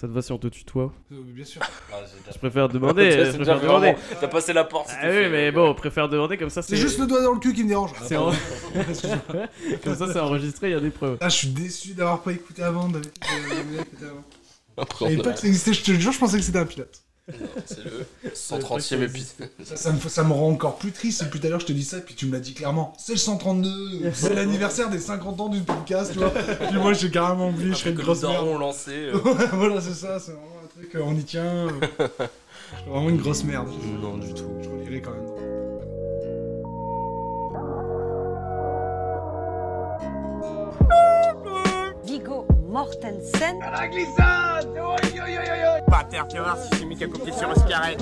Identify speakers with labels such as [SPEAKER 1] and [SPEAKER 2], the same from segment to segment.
[SPEAKER 1] Ça te va si on te tutoie
[SPEAKER 2] Euh, bien sûr.
[SPEAKER 3] Ah, c'est déjà-
[SPEAKER 1] Je préfère demander.
[SPEAKER 3] Tu vois,
[SPEAKER 1] je
[SPEAKER 3] c'est déjà
[SPEAKER 1] préfère demander.
[SPEAKER 3] vraiment- T'as passé la porte.
[SPEAKER 1] Ah oui, mais bon, on préfère demander comme ça.
[SPEAKER 2] C'est juste le doigt dans le cul qui me dérange.
[SPEAKER 1] C'est en- comme ça, c'est enregistré, il y a des preuves.
[SPEAKER 2] Ah, je suis déçu d'avoir pas écouté avant. De... écouté avant.
[SPEAKER 3] Ah,
[SPEAKER 2] Je savais pas que
[SPEAKER 3] C'est
[SPEAKER 2] ça existait, je te jure, je pensais que c'était un pilote.
[SPEAKER 3] le 130ème épisode.
[SPEAKER 2] Ça, ça me, ça me rend encore plus triste. Et puis tout à l'heure, je te dis ça, et puis tu me l'as dit clairement. C'est le 132, c'est l'anniversaire des 50 ans du podcast, tu vois. Puis moi, j'ai carrément oublié, je serais une
[SPEAKER 3] Que
[SPEAKER 2] grosse
[SPEAKER 3] nous
[SPEAKER 2] merde.
[SPEAKER 3] aurons lancé. euh,
[SPEAKER 2] voilà, c'est ça, c'est vraiment un truc, euh, on y tient. euh. Je suis vraiment une grosse merde.
[SPEAKER 3] Non, du tout.
[SPEAKER 2] Je relirai quand même.
[SPEAKER 4] Vigo Mortensen.
[SPEAKER 5] Pas terre, viens voir si j'ai mis qu'à copier sur Oscaret.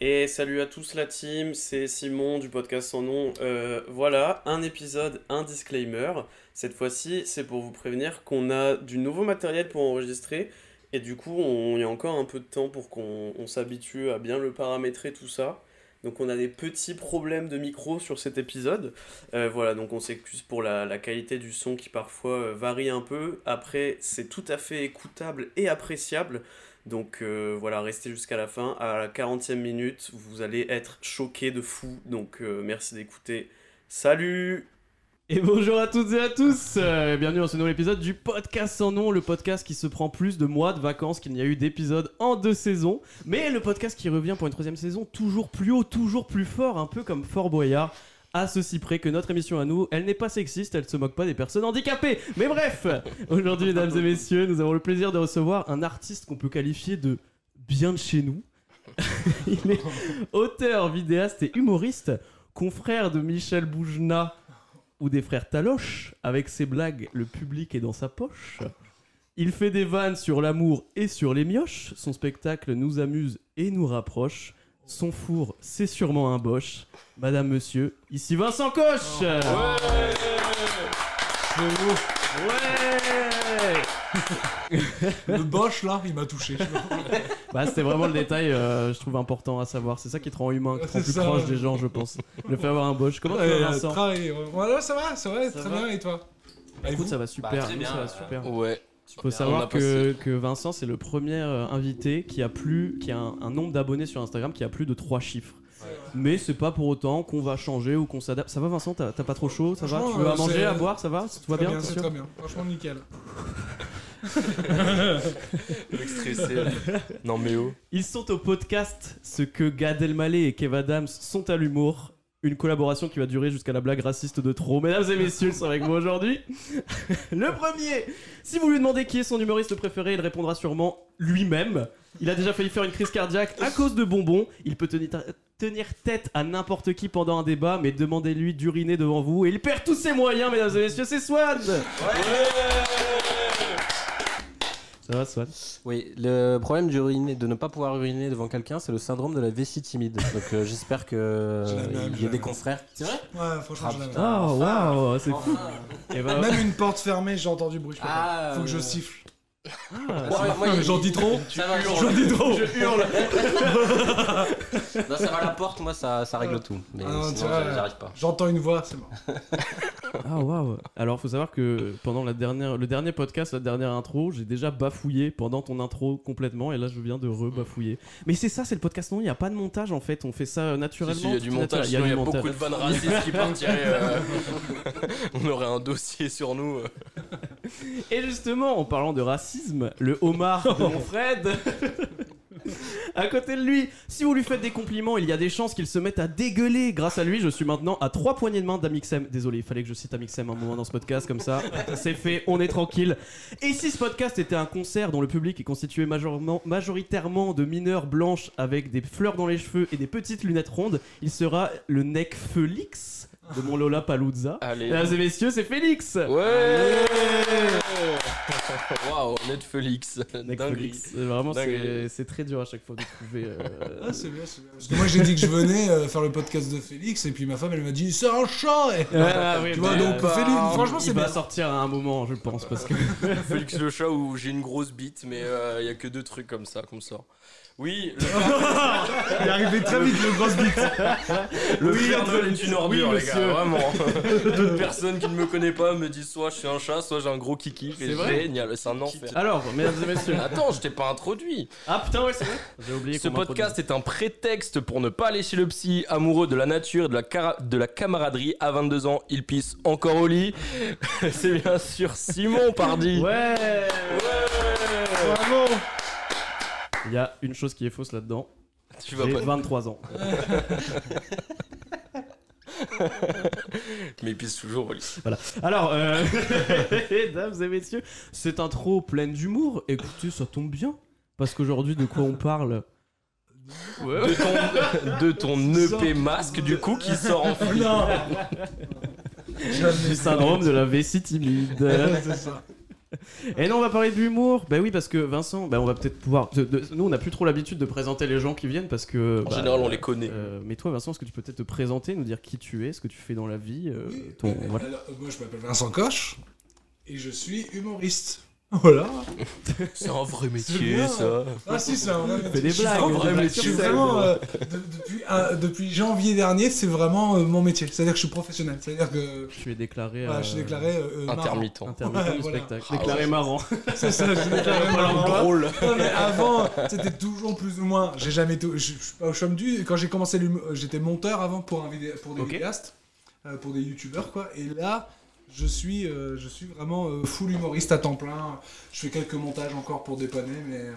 [SPEAKER 6] Et salut à tous la team, c'est Simon du podcast Sans Nom. Euh, voilà, un épisode, un disclaimer. Cette fois-ci, c'est pour vous prévenir qu'on a du nouveau matériel pour enregistrer. Et du coup, on il y a encore un peu de temps pour qu'on on s'habitue à bien le paramétrer, tout ça. Donc on a des petits problèmes de micro sur cet épisode. Euh, voilà, donc on s'excuse pour la, la qualité du son qui parfois euh, varie un peu. Après, c'est tout à fait écoutable et appréciable. Donc euh, voilà, restez jusqu'à la fin. À la 40e minute, vous allez être choqués de fou. Donc euh, merci d'écouter. Salut
[SPEAKER 1] Et bonjour à toutes et à tous euh, Bienvenue dans ce nouvel épisode du podcast sans nom, le podcast qui se prend plus de mois de vacances qu'il n'y a eu d'épisodes en deux saisons, mais le podcast qui revient pour une troisième saison toujours plus haut, toujours plus fort, un peu comme Fort Boyard, à ceci près que notre émission à nous, elle n'est pas sexiste, elle se moque pas des personnes handicapées Mais bref Aujourd'hui, mesdames et messieurs, nous avons le plaisir de recevoir un artiste qu'on peut qualifier de bien de chez nous. Il est auteur, vidéaste et humoriste, confrère de Michel Boujna ou des frères Taloche, avec ses blagues, le public est dans sa poche. Il fait des vannes sur l'amour et sur les mioches. Son spectacle nous amuse et nous rapproche. Son four, c'est sûrement un boche. Madame, monsieur, ici Vincent Coche Ouais
[SPEAKER 2] Le Bosch, là, il m'a touché. je sais pas.
[SPEAKER 1] Bah, c'était vraiment le détail, euh, je trouve important à savoir. C'est ça qui te rend humain, qui te rend
[SPEAKER 2] C'est
[SPEAKER 1] plus
[SPEAKER 2] ça,
[SPEAKER 1] proche
[SPEAKER 2] ouais.
[SPEAKER 1] des gens, je pense. Le fait avoir un boche. Comment tu
[SPEAKER 2] Ouais,
[SPEAKER 1] vas, Vincent
[SPEAKER 2] travailler, euh, ouais. Voilà, ça va, ça va,
[SPEAKER 1] Ça
[SPEAKER 2] très
[SPEAKER 1] va
[SPEAKER 2] bien, et toi Et
[SPEAKER 1] Écoute,
[SPEAKER 2] vous
[SPEAKER 1] ça va super.
[SPEAKER 3] Bah, très
[SPEAKER 1] nous,
[SPEAKER 3] bien,
[SPEAKER 1] ça va
[SPEAKER 3] euh,
[SPEAKER 1] super.
[SPEAKER 3] Ouais.
[SPEAKER 1] Il faut
[SPEAKER 3] On a
[SPEAKER 1] savoir
[SPEAKER 3] passé-
[SPEAKER 1] que, que Vincent, c'est le premier euh, invité qui a plus, qui a un, un nombre d'abonnés sur Instagram qui a plus de 3 chiffres. Mais c'est pas pour autant qu'on va changer ou qu'on s'adapte. Ça va Vincent, t'as t'as pas trop chaud, ça va Tu
[SPEAKER 2] Franchement,
[SPEAKER 1] veux
[SPEAKER 2] euh,
[SPEAKER 1] à manger,
[SPEAKER 2] c'est-
[SPEAKER 1] à boire, ça va Tout va
[SPEAKER 2] Très
[SPEAKER 1] bien, t'es
[SPEAKER 2] c'est
[SPEAKER 1] sûr
[SPEAKER 2] très bien. Franchement, nickel.
[SPEAKER 3] Le mec stressé, là. Non, mais oh.
[SPEAKER 1] Ils sont au podcast ce que Gad Elmaleh et Kev Adams sont à l'humour. Une collaboration qui va durer jusqu'à la blague raciste de trop. Mesdames et messieurs, ils sont avec moi aujourd'hui. Le premier, si vous lui demandez qui est son humoriste préféré, il répondra sûrement lui-même. Il a déjà failli faire une crise cardiaque à cause de bonbons. Il peut tenir, tenir tête à n'importe qui pendant un débat, mais demandez-lui d'uriner devant vous et il perd tous ses moyens, mesdames et messieurs, c'est Swan Ça va, Swan
[SPEAKER 7] Oui, le problème d'uriner, de ne pas pouvoir uriner devant quelqu'un, c'est le syndrome de la vessie timide. Donc euh, j'espère que
[SPEAKER 2] Je la mets,
[SPEAKER 7] il
[SPEAKER 2] je
[SPEAKER 7] y
[SPEAKER 2] la
[SPEAKER 7] a
[SPEAKER 2] mets.
[SPEAKER 7] des confrères. C'est vrai
[SPEAKER 2] Ouais, franchement,
[SPEAKER 7] Ah,
[SPEAKER 2] je l'aime.
[SPEAKER 7] putain.
[SPEAKER 1] Oh, waouh, c'est fou Eh ben,
[SPEAKER 2] Même une porte fermée, j'ai entendu bruit. Je peux pas.
[SPEAKER 7] Ah,
[SPEAKER 2] Faut que je
[SPEAKER 7] euh,
[SPEAKER 2] siffle.
[SPEAKER 1] ah,
[SPEAKER 7] ouais, moi, il-
[SPEAKER 2] J'en dis trop
[SPEAKER 7] Ça va,
[SPEAKER 2] J'en dis trop
[SPEAKER 7] non, ça va la porte, moi ça, ça règle tout. Mais
[SPEAKER 2] Ah non, tu
[SPEAKER 7] sinon
[SPEAKER 2] vois,
[SPEAKER 7] j'y- j'y arrive pas.
[SPEAKER 2] J'entends une voix, c'est mort.
[SPEAKER 1] Ah waouh Alors faut savoir que pendant la dernière, le dernier podcast, la dernière intro, j'ai déjà bafouillé pendant ton intro complètement et là je viens de rebafouiller. Mais c'est ça, c'est le podcast non, il n'y a pas de montage en fait, on fait ça euh,
[SPEAKER 3] Si,
[SPEAKER 1] naturellement.
[SPEAKER 3] si, Il y a du
[SPEAKER 1] tout naturel.
[SPEAKER 3] montage,
[SPEAKER 1] Il y a
[SPEAKER 3] sinon il y
[SPEAKER 1] du
[SPEAKER 3] a
[SPEAKER 1] montage.
[SPEAKER 3] beaucoup de vannes racistes qui partiraient. euh, On aurait un dossier sur nous. euh.
[SPEAKER 1] Et justement, en parlant de racisme, le homard de mon Fred à côté de lui, si vous lui faites des compliments, il y a des chances qu'il se mette à dégueuler. Grâce à lui, je suis maintenant à trois poignées de main d'Amixem. Désolé, il fallait que je cite Amixem un moment dans ce podcast, comme ça, c'est fait, on est tranquille. Et si ce podcast était un concert dont le public est constitué majorement- majoritairement de mineurs blanches avec des fleurs dans les cheveux et des petites lunettes rondes, il sera le Nec Félix de mon Lola Paluzza.
[SPEAKER 3] Allez.
[SPEAKER 1] Mesdames et messieurs, c'est Félix
[SPEAKER 3] Ouais Waouh, Netflix. Dinguerie.
[SPEAKER 1] Netflix. Euh, Vraiment,
[SPEAKER 3] Dinguerie.
[SPEAKER 1] c'est- c'est très dur à chaque fois de trouver. euh,
[SPEAKER 2] Ah, c'est bien, c'est bien. Parce que moi, j'ai dit que je venais euh, faire le podcast de Félix, et puis ma femme, elle m'a dit C'est un chat eh.
[SPEAKER 1] Ah, oui,
[SPEAKER 2] Tu vois,
[SPEAKER 1] mais,
[SPEAKER 2] donc,
[SPEAKER 1] euh,
[SPEAKER 2] Félix, franchement,
[SPEAKER 1] il
[SPEAKER 2] c'est
[SPEAKER 1] va
[SPEAKER 2] bien.
[SPEAKER 1] sortir à un moment, je pense, parce que.
[SPEAKER 3] euh, Félix le chat où j'ai une grosse bite, mais il y a que deux trucs comme ça qu'on me sort. Oui, le,
[SPEAKER 2] Il est arrivé très vite le grosse bite.
[SPEAKER 3] le
[SPEAKER 2] Oui,
[SPEAKER 3] Père Noël est une ordure,
[SPEAKER 1] oui,
[SPEAKER 3] les gars,
[SPEAKER 1] monsieur.
[SPEAKER 3] vraiment. Toute personne qui ne me connaît pas me dit soit je suis un chat, soit j'ai un gros kiki.
[SPEAKER 1] C'est
[SPEAKER 3] C'est
[SPEAKER 1] vrai
[SPEAKER 3] génial, c'est un enfer.
[SPEAKER 1] Alors, mesdames et messieurs.
[SPEAKER 3] Attends, je t'ai pas introduit.
[SPEAKER 1] Ah putain, ouais, c'est vrai. J'ai oublié
[SPEAKER 3] Ce
[SPEAKER 1] qu'on m'introduit.
[SPEAKER 3] podcast est un prétexte pour ne pas aller chez le psy. Amoureux de la nature et de la, cara- de la camaraderie, à 22 ans, il pisse encore au lit. C'est bien sûr Simon Pardi.
[SPEAKER 1] Ouais
[SPEAKER 3] Ouais.
[SPEAKER 2] Bravo.
[SPEAKER 1] Il y a une chose qui est fausse là-dedans.
[SPEAKER 3] Tu vas
[SPEAKER 1] J'ai
[SPEAKER 3] pas.
[SPEAKER 1] 23 ans.
[SPEAKER 3] Mais il pisse toujours au lit.
[SPEAKER 1] Alors, euh... mesdames et messieurs, cette intro pleine d'humour, écoutez, ça tombe bien. Parce qu'aujourd'hui, de quoi on parle
[SPEAKER 3] De ton, de ton EP masque, du coup, qui sort en flip.
[SPEAKER 2] Non.
[SPEAKER 1] Du syndrome de la vessie timide.
[SPEAKER 2] C'est ça.
[SPEAKER 1] Et Eh non, on va parler d'humour. Bah oui, parce que Vincent, bah on va peut-être pouvoir. de- de- Nous, on n'a plus trop l'habitude de présenter les gens qui viennent parce que.
[SPEAKER 3] En
[SPEAKER 1] bah,
[SPEAKER 3] général, on les connaît.
[SPEAKER 1] euh, mais toi, Vincent, est-ce que tu peux peut-être te présenter, nous dire qui tu es, ce que tu fais dans la vie euh, ton... voilà.
[SPEAKER 2] Alors, euh, moi, je m'appelle Vincent Coche et je suis humoriste. Voilà.
[SPEAKER 3] C'est un vrai
[SPEAKER 2] C'est
[SPEAKER 3] métier,
[SPEAKER 2] bien.
[SPEAKER 3] ça.
[SPEAKER 2] Ah si, c'est un vrai métier.
[SPEAKER 1] Fais des
[SPEAKER 2] Je suis
[SPEAKER 1] blagues,
[SPEAKER 2] vraiment-
[SPEAKER 1] des
[SPEAKER 3] vrai
[SPEAKER 1] blagues
[SPEAKER 2] Je
[SPEAKER 3] métier,
[SPEAKER 2] suis
[SPEAKER 1] sur scène.
[SPEAKER 2] vraiment euh, de- depuis, un- depuis janvier dernier, c'est vraiment euh, mon métier. C'est-à-dire que je suis professionnel. C'est-à-dire que
[SPEAKER 1] Je suis déclaré.
[SPEAKER 2] voilà,
[SPEAKER 1] euh,
[SPEAKER 2] je suis déclaré euh, euh, marrant.
[SPEAKER 3] Intermittent.
[SPEAKER 1] Intermittent du
[SPEAKER 2] Voilà.
[SPEAKER 1] spectacle.
[SPEAKER 3] Ah
[SPEAKER 1] déclaré
[SPEAKER 3] ouais.
[SPEAKER 1] marrant.
[SPEAKER 2] C'est ça, je suis déclaré marrant.
[SPEAKER 3] Drôle.
[SPEAKER 2] Non, mais avant, c'était toujours plus ou moins. J'ai jamais été. Je je suis pas au chôme du. Quand j'ai commencé l'humour, euh, j'étais monteur avant pour, un vidé- pour des
[SPEAKER 1] Ok.
[SPEAKER 2] vidéastes, euh, pour des youtubeurs, quoi. Et là, je suis, euh, je suis vraiment euh, full humoriste à temps plein. Je fais quelques montages encore pour dépanner, mais. euh,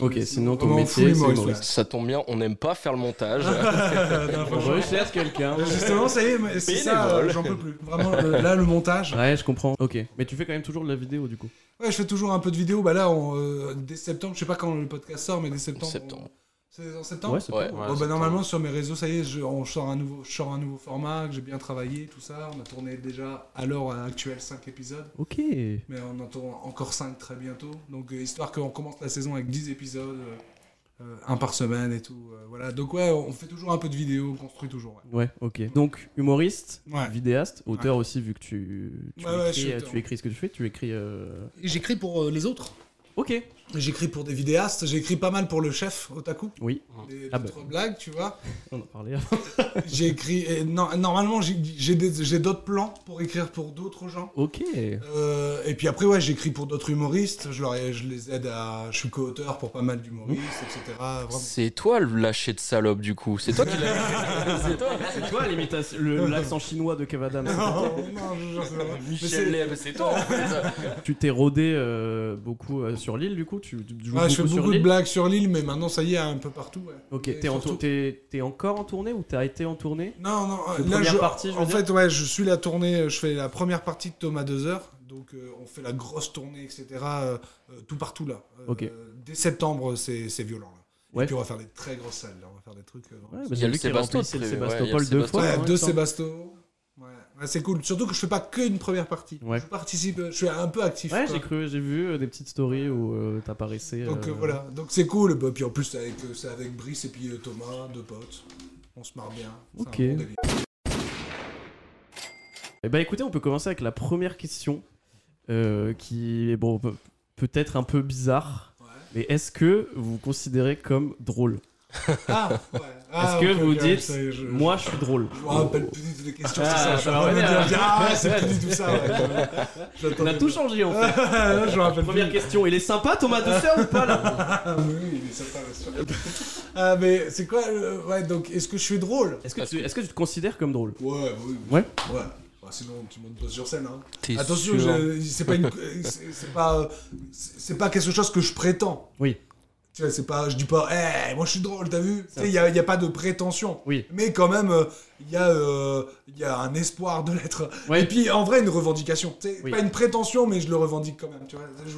[SPEAKER 1] Ok, sinon ton
[SPEAKER 2] vraiment full
[SPEAKER 1] métier, c'est
[SPEAKER 2] humoriste,
[SPEAKER 1] humoriste.
[SPEAKER 3] Ça tombe bien, on n'aime pas faire le montage.
[SPEAKER 2] ouais. Non,
[SPEAKER 1] On
[SPEAKER 2] franchement,
[SPEAKER 1] recherche quelqu'un.
[SPEAKER 2] Hein. Justement, ça y est, mais c'est ça,
[SPEAKER 3] Bénévole.
[SPEAKER 2] euh, j'en peux plus. Vraiment, euh, là, le montage.
[SPEAKER 1] Ouais, je comprends. Ok. Mais tu fais quand même toujours de la vidéo du coup.
[SPEAKER 2] Ouais, je fais toujours un peu de vidéos. Bah là, on, euh, dès septembre, je sais pas quand le podcast sort, mais dès septembre. on-
[SPEAKER 3] Septembre.
[SPEAKER 2] C'est en septembre
[SPEAKER 1] c'est
[SPEAKER 3] Ouais.
[SPEAKER 1] pas-
[SPEAKER 2] Bon, bah, normalement sur mes réseaux, ça y est, je, on sort un nouveau, je sors un nouveau format que j'ai bien travaillé, tout ça. On a tourné déjà à l'heure actuelle 5 épisodes,
[SPEAKER 1] Ok.
[SPEAKER 2] mais on en tourne encore 5 très bientôt. Donc euh, histoire qu'on commence la saison avec 10 épisodes, euh, euh, un par semaine et tout. euh, voilà, donc ouais, on fait toujours un peu de vidéos, on construit toujours. ouais.
[SPEAKER 1] Ouais, ok. Donc, humoriste,
[SPEAKER 2] Ouais.
[SPEAKER 1] vidéaste, auteur aussi, vu que tu, tu,
[SPEAKER 2] Ouais, ouais, je suis
[SPEAKER 1] écris, euh,
[SPEAKER 2] auteur.
[SPEAKER 1] tu écris ce que tu fais, tu écris. euh,
[SPEAKER 2] Et J'écris pour euh, les autres.
[SPEAKER 1] Ok.
[SPEAKER 2] J'écris pour des vidéastes, j'écris pas mal pour le chef Otaku,
[SPEAKER 1] Oui,
[SPEAKER 2] des
[SPEAKER 1] Ah
[SPEAKER 2] d'autres
[SPEAKER 1] bah.
[SPEAKER 2] blagues, tu vois.
[SPEAKER 1] on en parlait.
[SPEAKER 2] J'ai écrit, et non- normalement j'ai- j'ai des- j'ai d'autres plans pour écrire pour d'autres gens.
[SPEAKER 1] ok.
[SPEAKER 2] Euh, et puis après, ouais, j'écris pour d'autres humoristes. Je, leur, ai- je les aide à. Je suis co-auteur pour pas mal d'humoristes, etc. Vraiment.
[SPEAKER 3] C'est toi le lâcher de salope, du coup. C'est toi qui l'as.
[SPEAKER 1] C'est toi l'imitation, le- l'accent chinois de Cavadam.
[SPEAKER 2] Non, non, je jure, c'est pas vrai. Mais c'est-
[SPEAKER 3] Michel Leb, c'est toi en fait.
[SPEAKER 1] tu t'es rodé euh, beaucoup euh, sur l'île du coup Tu, tu joues
[SPEAKER 2] Ouais, Ah, je fais
[SPEAKER 1] beaucoup sur
[SPEAKER 2] beaucoup de
[SPEAKER 1] l'île
[SPEAKER 2] blagues sur l'île, mais maintenant ça y est, un peu partout. ouais.
[SPEAKER 1] Ok,
[SPEAKER 2] Et
[SPEAKER 1] t'es, en
[SPEAKER 2] surtout-
[SPEAKER 1] tour- t'es- t'es encore en tournée ou t'as été en tournée
[SPEAKER 2] Non, non,
[SPEAKER 1] De
[SPEAKER 2] là
[SPEAKER 1] première
[SPEAKER 2] je.
[SPEAKER 1] partie, je veux
[SPEAKER 2] en
[SPEAKER 1] dire.
[SPEAKER 2] fait, ouais, je suis la tournée, euh, je fais la première partie de Thomas 2 heures. Donc euh, on fait la grosse tournée, etc. euh, euh, tout partout là. Euh,
[SPEAKER 1] Ok.
[SPEAKER 2] Dès septembre, c'est c'est violent. Là.
[SPEAKER 1] Ouais.
[SPEAKER 2] Et puis on va faire des très grosses salles. là. On va faire des trucs. euh, vraiment-
[SPEAKER 1] Ouais,
[SPEAKER 3] Il
[SPEAKER 1] bah,
[SPEAKER 3] y
[SPEAKER 1] j'ai
[SPEAKER 3] a le
[SPEAKER 1] vu qu'il
[SPEAKER 3] Sébasto
[SPEAKER 1] remplissait le
[SPEAKER 3] de prévu, ouais,
[SPEAKER 1] Sébastopol
[SPEAKER 3] il y a le
[SPEAKER 1] deux fois.
[SPEAKER 2] Ouais,
[SPEAKER 1] hein, il me
[SPEAKER 2] deux
[SPEAKER 1] semble.
[SPEAKER 2] Sébasto. Ouais, ouais, c'est cool. Surtout que je fais pas qu'une première partie.
[SPEAKER 1] Ouais.
[SPEAKER 2] Je participe, euh, je suis un peu actif.
[SPEAKER 1] Ouais,
[SPEAKER 2] quoi.
[SPEAKER 1] j'ai cru, j'ai vu euh, des petites stories où euh, t'apparaissais.
[SPEAKER 2] Donc euh,
[SPEAKER 1] euh,
[SPEAKER 2] voilà, donc c'est cool. Bah, puis en plus, c'est avec, euh, c'est avec Brice et puis euh, Thomas, deux potes. On se marre bien. C'est un
[SPEAKER 1] Ok.
[SPEAKER 2] bon délire.
[SPEAKER 1] Eh ben écoutez, on peut commencer avec la première question, euh, qui est bon, pe- peut-être un peu bizarre,
[SPEAKER 2] Ouais.
[SPEAKER 1] mais est-ce que vous vous considérez comme drôle
[SPEAKER 2] Ah, ouais. Ah,
[SPEAKER 1] Est-ce que
[SPEAKER 2] ok,
[SPEAKER 1] vous
[SPEAKER 2] ok,
[SPEAKER 1] dites,
[SPEAKER 2] ça y est, je,
[SPEAKER 1] moi je suis drôle
[SPEAKER 2] je me rappelle plus du tout des questions,
[SPEAKER 1] Ah,
[SPEAKER 2] c'est ça. Je suis
[SPEAKER 1] ça
[SPEAKER 2] en
[SPEAKER 1] va
[SPEAKER 2] train de me
[SPEAKER 1] revenir.
[SPEAKER 2] dire, ah, ouais, c'est plus du tout ça. ouais, je- je
[SPEAKER 1] On a
[SPEAKER 2] l'attendais
[SPEAKER 1] tout
[SPEAKER 2] pas.
[SPEAKER 1] changé en fait.
[SPEAKER 2] Ah, je me rappelle plus.
[SPEAKER 1] Première question, il est sympa Thomas Douceur ou pas là
[SPEAKER 2] Ah, oui, il est sympa, bien sûr. Ah, mais c'est quoi euh, Ouais, donc est-ce que je suis drôle
[SPEAKER 1] Est-ce que, tu- est-ce que tu te considères comme drôle
[SPEAKER 2] Ouais, oui.
[SPEAKER 1] Ouais.
[SPEAKER 2] Ouais. Bah, sinon, tu montes pas sur scène. Hein.
[SPEAKER 3] T'es
[SPEAKER 2] Attention,
[SPEAKER 3] sûr
[SPEAKER 2] je- c'est pas, une- c'est c'est pas, euh, c'est c'est pas quelque chose que je prétends.
[SPEAKER 1] Oui.
[SPEAKER 2] Tu vois, c'est pas, je dis pas, Eh, moi je suis drôle, t'as vu Tu sais, il y a, il y a pas de prétention.
[SPEAKER 1] Oui.
[SPEAKER 2] Mais quand même, euh, il y a, euh, il y a un espoir de l'être.
[SPEAKER 1] Ouais.
[SPEAKER 2] Et puis, en vrai, une revendication. C'est
[SPEAKER 1] Oui.
[SPEAKER 2] pas une prétention, mais je le revendique quand même. Tu vois, je,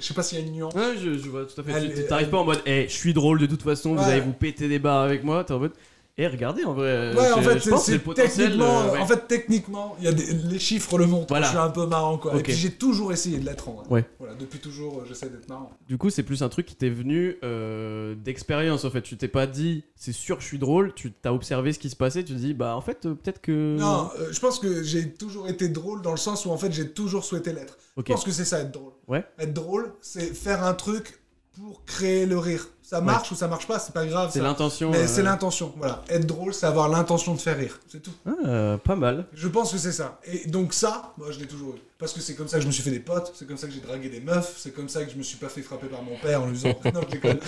[SPEAKER 2] je sais pas s'il y a une nuance.
[SPEAKER 1] Ouais, Hein, je, je vois tout à fait.
[SPEAKER 2] Elle-
[SPEAKER 1] Tu- tu- T'arrives pas en mode, eh, je suis drôle de toute façon, vous
[SPEAKER 2] Ouais.
[SPEAKER 1] allez vous péter des barres avec moi, t'es en mode. Eh, regardez en vrai. euh,
[SPEAKER 2] Ouais,
[SPEAKER 1] je-
[SPEAKER 2] en fait,
[SPEAKER 1] je
[SPEAKER 2] c'est
[SPEAKER 1] pense que
[SPEAKER 2] c'est
[SPEAKER 1] le potentiel,
[SPEAKER 2] techniquement,
[SPEAKER 1] euh, ouais.
[SPEAKER 2] en fait, techniquement, il y a des- les chiffres le montrent.
[SPEAKER 1] Voilà.
[SPEAKER 2] Je suis un peu marrant, quoi.
[SPEAKER 1] Ok.
[SPEAKER 2] Et puis j'ai toujours essayé de l'être en vrai.
[SPEAKER 1] Ouais.
[SPEAKER 2] Voilà, depuis toujours, euh, j'essaie d'être marrant.
[SPEAKER 1] Du coup, c'est plus un truc qui t'est venu euh, d'expérience en fait. Tu t'es pas dit, c'est sûr que je suis drôle, tu t'as observé ce qui se passait, tu te dis, bah en fait, euh, peut-être que.
[SPEAKER 2] Non, euh, je pense que j'ai toujours été drôle dans le sens où en fait j'ai toujours souhaité l'être.
[SPEAKER 1] Ok.
[SPEAKER 2] Je pense que c'est ça être drôle.
[SPEAKER 1] Ouais.
[SPEAKER 2] Être drôle, c'est faire un truc pour créer le rire. ça marche ou ça marche pas, c'est pas grave.
[SPEAKER 1] C'est
[SPEAKER 2] ça.
[SPEAKER 1] l'intention.
[SPEAKER 2] Mais
[SPEAKER 1] euh,
[SPEAKER 2] c'est l'intention, voilà. Être drôle, c'est avoir l'intention de faire rire, c'est tout.
[SPEAKER 1] euh, pas mal.
[SPEAKER 2] Je pense que c'est ça. Et donc ça, moi je l'ai toujours eu. Parce que c'est comme ça que je me suis fait des potes, c'est comme ça que j'ai dragué des meufs, c'est comme ça que je me suis pas fait frapper par mon père en lui disant non, je déconne.